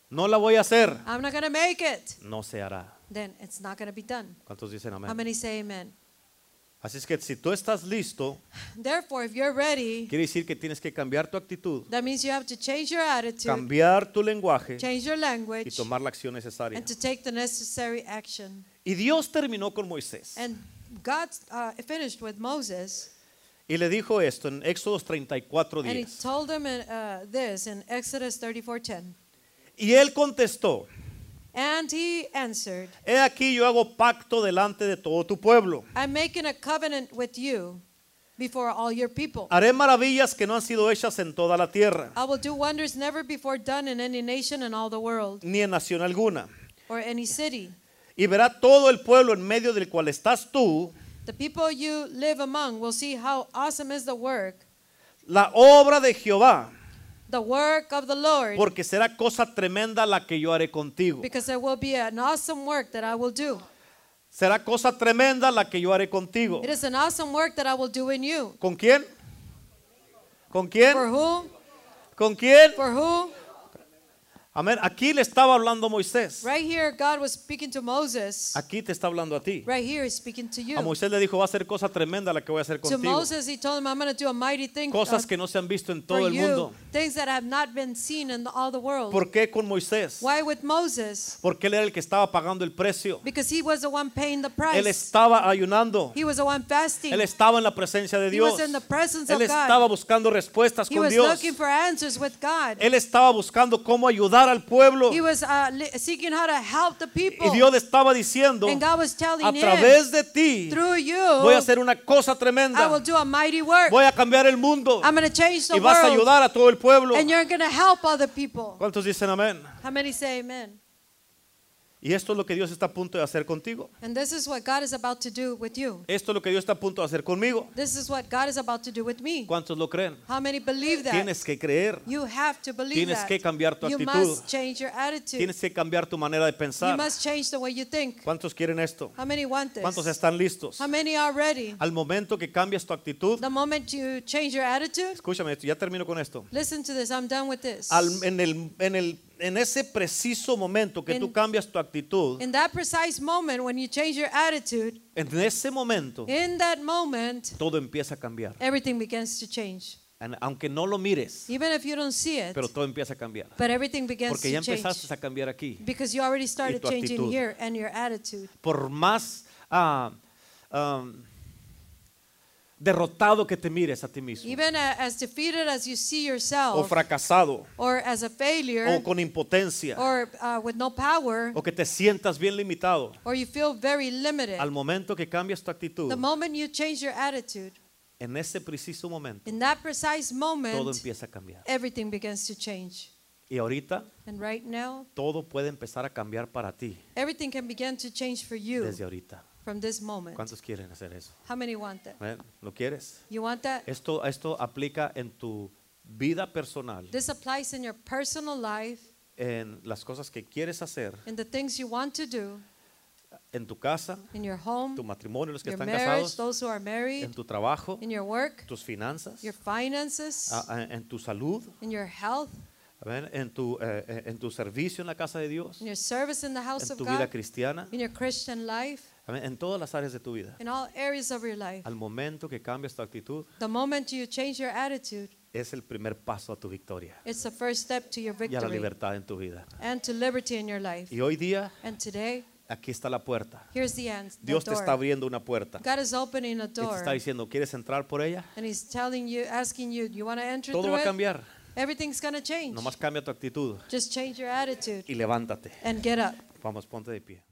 [SPEAKER 1] No la voy a hacer,
[SPEAKER 2] I'm not going to make it.
[SPEAKER 1] no se hará.
[SPEAKER 2] Then it's not going to be done.
[SPEAKER 1] ¿Cuántos dicen
[SPEAKER 2] How
[SPEAKER 1] amén?
[SPEAKER 2] many say amen?
[SPEAKER 1] Así es que si tú estás listo,
[SPEAKER 2] Therefore, if you're ready,
[SPEAKER 1] quiere decir que tienes que cambiar tu actitud,
[SPEAKER 2] that means you have to change your attitude,
[SPEAKER 1] cambiar tu lenguaje
[SPEAKER 2] change your
[SPEAKER 1] y
[SPEAKER 2] language,
[SPEAKER 1] tomar la acción necesaria.
[SPEAKER 2] and to take the necessary action.
[SPEAKER 1] Y Dios terminó con Moisés
[SPEAKER 2] And God uh, finished with Moses,
[SPEAKER 1] y le dijo esto en Éxodo
[SPEAKER 2] and he
[SPEAKER 1] 34:10.
[SPEAKER 2] told him uh, this in Exodus 34:10.
[SPEAKER 1] Y él contestó,
[SPEAKER 2] And he answered,
[SPEAKER 1] he aquí yo hago pacto delante de todo tu pueblo.
[SPEAKER 2] I'm making a covenant with you before all your people.
[SPEAKER 1] Haré maravillas que no han sido hechas en toda la tierra,
[SPEAKER 2] I will do wonders never before done in any nation in all the world
[SPEAKER 1] ni en nación alguna.
[SPEAKER 2] or any city.
[SPEAKER 1] Y verá todo el pueblo en medio del cual estás tú,
[SPEAKER 2] The people you live among will see how awesome is the work,
[SPEAKER 1] la obra de Jehová,
[SPEAKER 2] the work of the Lord,
[SPEAKER 1] porque será cosa tremenda la que yo haré contigo.
[SPEAKER 2] because there will be an awesome work that I will do.
[SPEAKER 1] Será cosa tremenda la que yo haré contigo.
[SPEAKER 2] It is an awesome work that I will do in you.
[SPEAKER 1] ¿Con quién? ¿Con quién?
[SPEAKER 2] For who?
[SPEAKER 1] ¿Con quién?
[SPEAKER 2] For who?
[SPEAKER 1] Amén. Aquí le estaba hablando Moisés.
[SPEAKER 2] Right here, God was speaking to Moses.
[SPEAKER 1] Aquí te está hablando a ti.
[SPEAKER 2] Right here, He's speaking to
[SPEAKER 1] A
[SPEAKER 2] you.
[SPEAKER 1] Moisés le dijo, va a ser cosa tremenda la que voy a hacer
[SPEAKER 2] To
[SPEAKER 1] contigo.
[SPEAKER 2] Moses, He told him, I'm going to do a mighty thing uh,
[SPEAKER 1] Cosas que no se han visto en todo
[SPEAKER 2] for
[SPEAKER 1] el
[SPEAKER 2] you,
[SPEAKER 1] mundo.
[SPEAKER 2] things that have not been seen in all the world.
[SPEAKER 1] ¿Por qué con Moisés?
[SPEAKER 2] Why with Moses?
[SPEAKER 1] Porque él era el que estaba pagando el precio.
[SPEAKER 2] Because he was the one paying the
[SPEAKER 1] Él
[SPEAKER 2] price.
[SPEAKER 1] estaba ayunando.
[SPEAKER 2] He was the one
[SPEAKER 1] Él
[SPEAKER 2] fasting.
[SPEAKER 1] estaba en la presencia de
[SPEAKER 2] He
[SPEAKER 1] Dios.
[SPEAKER 2] was in the presence of
[SPEAKER 1] Él estaba
[SPEAKER 2] God.
[SPEAKER 1] buscando respuestas
[SPEAKER 2] He
[SPEAKER 1] con
[SPEAKER 2] was
[SPEAKER 1] Dios.
[SPEAKER 2] looking for answers with God.
[SPEAKER 1] Él estaba buscando cómo ayudar al pueblo.
[SPEAKER 2] He was uh, li- seeking how to help the
[SPEAKER 1] Y
[SPEAKER 2] people.
[SPEAKER 1] Dios le estaba diciendo,
[SPEAKER 2] And God was
[SPEAKER 1] a
[SPEAKER 2] telling him,
[SPEAKER 1] través de ti
[SPEAKER 2] through you,
[SPEAKER 1] voy a hacer una cosa
[SPEAKER 2] I will
[SPEAKER 1] tremenda.
[SPEAKER 2] do a mighty work.
[SPEAKER 1] Voy a cambiar el mundo
[SPEAKER 2] I'm going to change
[SPEAKER 1] y
[SPEAKER 2] the
[SPEAKER 1] vas a
[SPEAKER 2] world.
[SPEAKER 1] ayudar a todo el pueblo.
[SPEAKER 2] And you're going to help other people.
[SPEAKER 1] ¿Cuántos dicen amén?
[SPEAKER 2] How many say amen?
[SPEAKER 1] Y esto es lo que Dios está a punto de hacer contigo.
[SPEAKER 2] And this is what God is about to do with you.
[SPEAKER 1] Esto es lo que Dios está a punto de hacer conmigo.
[SPEAKER 2] This is what God is about to do with me.
[SPEAKER 1] ¿Cuántos lo creen?
[SPEAKER 2] How many believe that?
[SPEAKER 1] Tienes que creer,
[SPEAKER 2] You have to believe
[SPEAKER 1] Tienes
[SPEAKER 2] that.
[SPEAKER 1] que cambiar tu
[SPEAKER 2] you
[SPEAKER 1] actitud.
[SPEAKER 2] must change your attitude.
[SPEAKER 1] tienes que cambiar tu manera de
[SPEAKER 2] You
[SPEAKER 1] pensar.
[SPEAKER 2] must change the way you think.
[SPEAKER 1] ¿Cuántos quieren esto?
[SPEAKER 2] How many want
[SPEAKER 1] ¿Cuántos
[SPEAKER 2] this?
[SPEAKER 1] están listos?
[SPEAKER 2] How many are ready?
[SPEAKER 1] Al momento que cambias tu actitud,
[SPEAKER 2] The moment you change your attitude,
[SPEAKER 1] escúchame, esto, ya termino con esto.
[SPEAKER 2] listen to this, I'm done with this.
[SPEAKER 1] Al- en, el, en, el- en ese preciso momento que
[SPEAKER 2] En-
[SPEAKER 1] tú cambias tu actitud,
[SPEAKER 2] In that precise moment when you change your attitude,
[SPEAKER 1] en ese momento
[SPEAKER 2] in that moment,
[SPEAKER 1] todo empieza a cambiar.
[SPEAKER 2] everything begins to change.
[SPEAKER 1] an- aunque no lo mires,
[SPEAKER 2] Even if you don't see it,
[SPEAKER 1] pero todo empieza a cambiar.
[SPEAKER 2] but everything begins
[SPEAKER 1] Porque ya
[SPEAKER 2] to change.
[SPEAKER 1] empezaste a cambiar aquí.
[SPEAKER 2] Because you already started
[SPEAKER 1] tu
[SPEAKER 2] changing
[SPEAKER 1] actitud.
[SPEAKER 2] here and your attitude.
[SPEAKER 1] Por más ah, am, derrotado que te mires a ti mismo,
[SPEAKER 2] Even a- as defeated as you see
[SPEAKER 1] o
[SPEAKER 2] yourself,
[SPEAKER 1] fracasado,
[SPEAKER 2] or as a failure,
[SPEAKER 1] o con impotencia,
[SPEAKER 2] or uh, with no power,
[SPEAKER 1] o que te sientas bien limitado,
[SPEAKER 2] or you feel very limited,
[SPEAKER 1] al momento que cambias tu actitud,
[SPEAKER 2] the moment you change your attitude,
[SPEAKER 1] en ese preciso momento,
[SPEAKER 2] in that precise
[SPEAKER 1] todo
[SPEAKER 2] moment,
[SPEAKER 1] empieza a cambiar.
[SPEAKER 2] everything begins to change.
[SPEAKER 1] Y ahorita
[SPEAKER 2] And right now,
[SPEAKER 1] todo puede empezar a cambiar para ti
[SPEAKER 2] everything can begin to change for you
[SPEAKER 1] desde ahorita.
[SPEAKER 2] from this moment.
[SPEAKER 1] ¿Cuántos quieren hacer eso?
[SPEAKER 2] How many want that?
[SPEAKER 1] Ven, ¿Lo quieres?
[SPEAKER 2] You want that?
[SPEAKER 1] Esto, esto aplica en tu vida personal,
[SPEAKER 2] This applies in your personal life,
[SPEAKER 1] en las cosas que quieres hacer,
[SPEAKER 2] in the things you want to do,
[SPEAKER 1] en tu casa,
[SPEAKER 2] in your home,
[SPEAKER 1] tu matrimonio, los que
[SPEAKER 2] your
[SPEAKER 1] están
[SPEAKER 2] marriage,
[SPEAKER 1] casados,
[SPEAKER 2] those who are
[SPEAKER 1] en
[SPEAKER 2] married,
[SPEAKER 1] tu trabajo,
[SPEAKER 2] in your work,
[SPEAKER 1] tus finanzas,
[SPEAKER 2] your finances,
[SPEAKER 1] a- a- en tu salud,
[SPEAKER 2] in your health,
[SPEAKER 1] amén, en tu, eh, eh, en tu servicio en la casa de Dios,
[SPEAKER 2] in your service in the house
[SPEAKER 1] en
[SPEAKER 2] of
[SPEAKER 1] tu vida
[SPEAKER 2] God,
[SPEAKER 1] cristiana,
[SPEAKER 2] in your Christian life,
[SPEAKER 1] amén, en todas las áreas de tu vida.
[SPEAKER 2] in all areas of your life.
[SPEAKER 1] Al momento que cambias tu actitud,
[SPEAKER 2] The moment you change your attitude,
[SPEAKER 1] es el primer paso a tu victoria
[SPEAKER 2] it's the first step to your
[SPEAKER 1] y a la
[SPEAKER 2] victory
[SPEAKER 1] libertad en tu vida.
[SPEAKER 2] and to liberty in your life.
[SPEAKER 1] Y hoy día,
[SPEAKER 2] And today,
[SPEAKER 1] aquí está la puerta.
[SPEAKER 2] here's the end. the
[SPEAKER 1] Dios te está
[SPEAKER 2] door.
[SPEAKER 1] abriendo una puerta.
[SPEAKER 2] God is opening a
[SPEAKER 1] Y te está
[SPEAKER 2] door.
[SPEAKER 1] diciendo, ¿quieres entrar por ella?
[SPEAKER 2] And he's telling you, asking you, you want to enter
[SPEAKER 1] Todo va a
[SPEAKER 2] through it?
[SPEAKER 1] cambiar.
[SPEAKER 2] Everything's going to change.
[SPEAKER 1] Nomás cambia tu actitud
[SPEAKER 2] Just change your attitude
[SPEAKER 1] y levántate.
[SPEAKER 2] and get up.
[SPEAKER 1] Vamos, ponte de pie.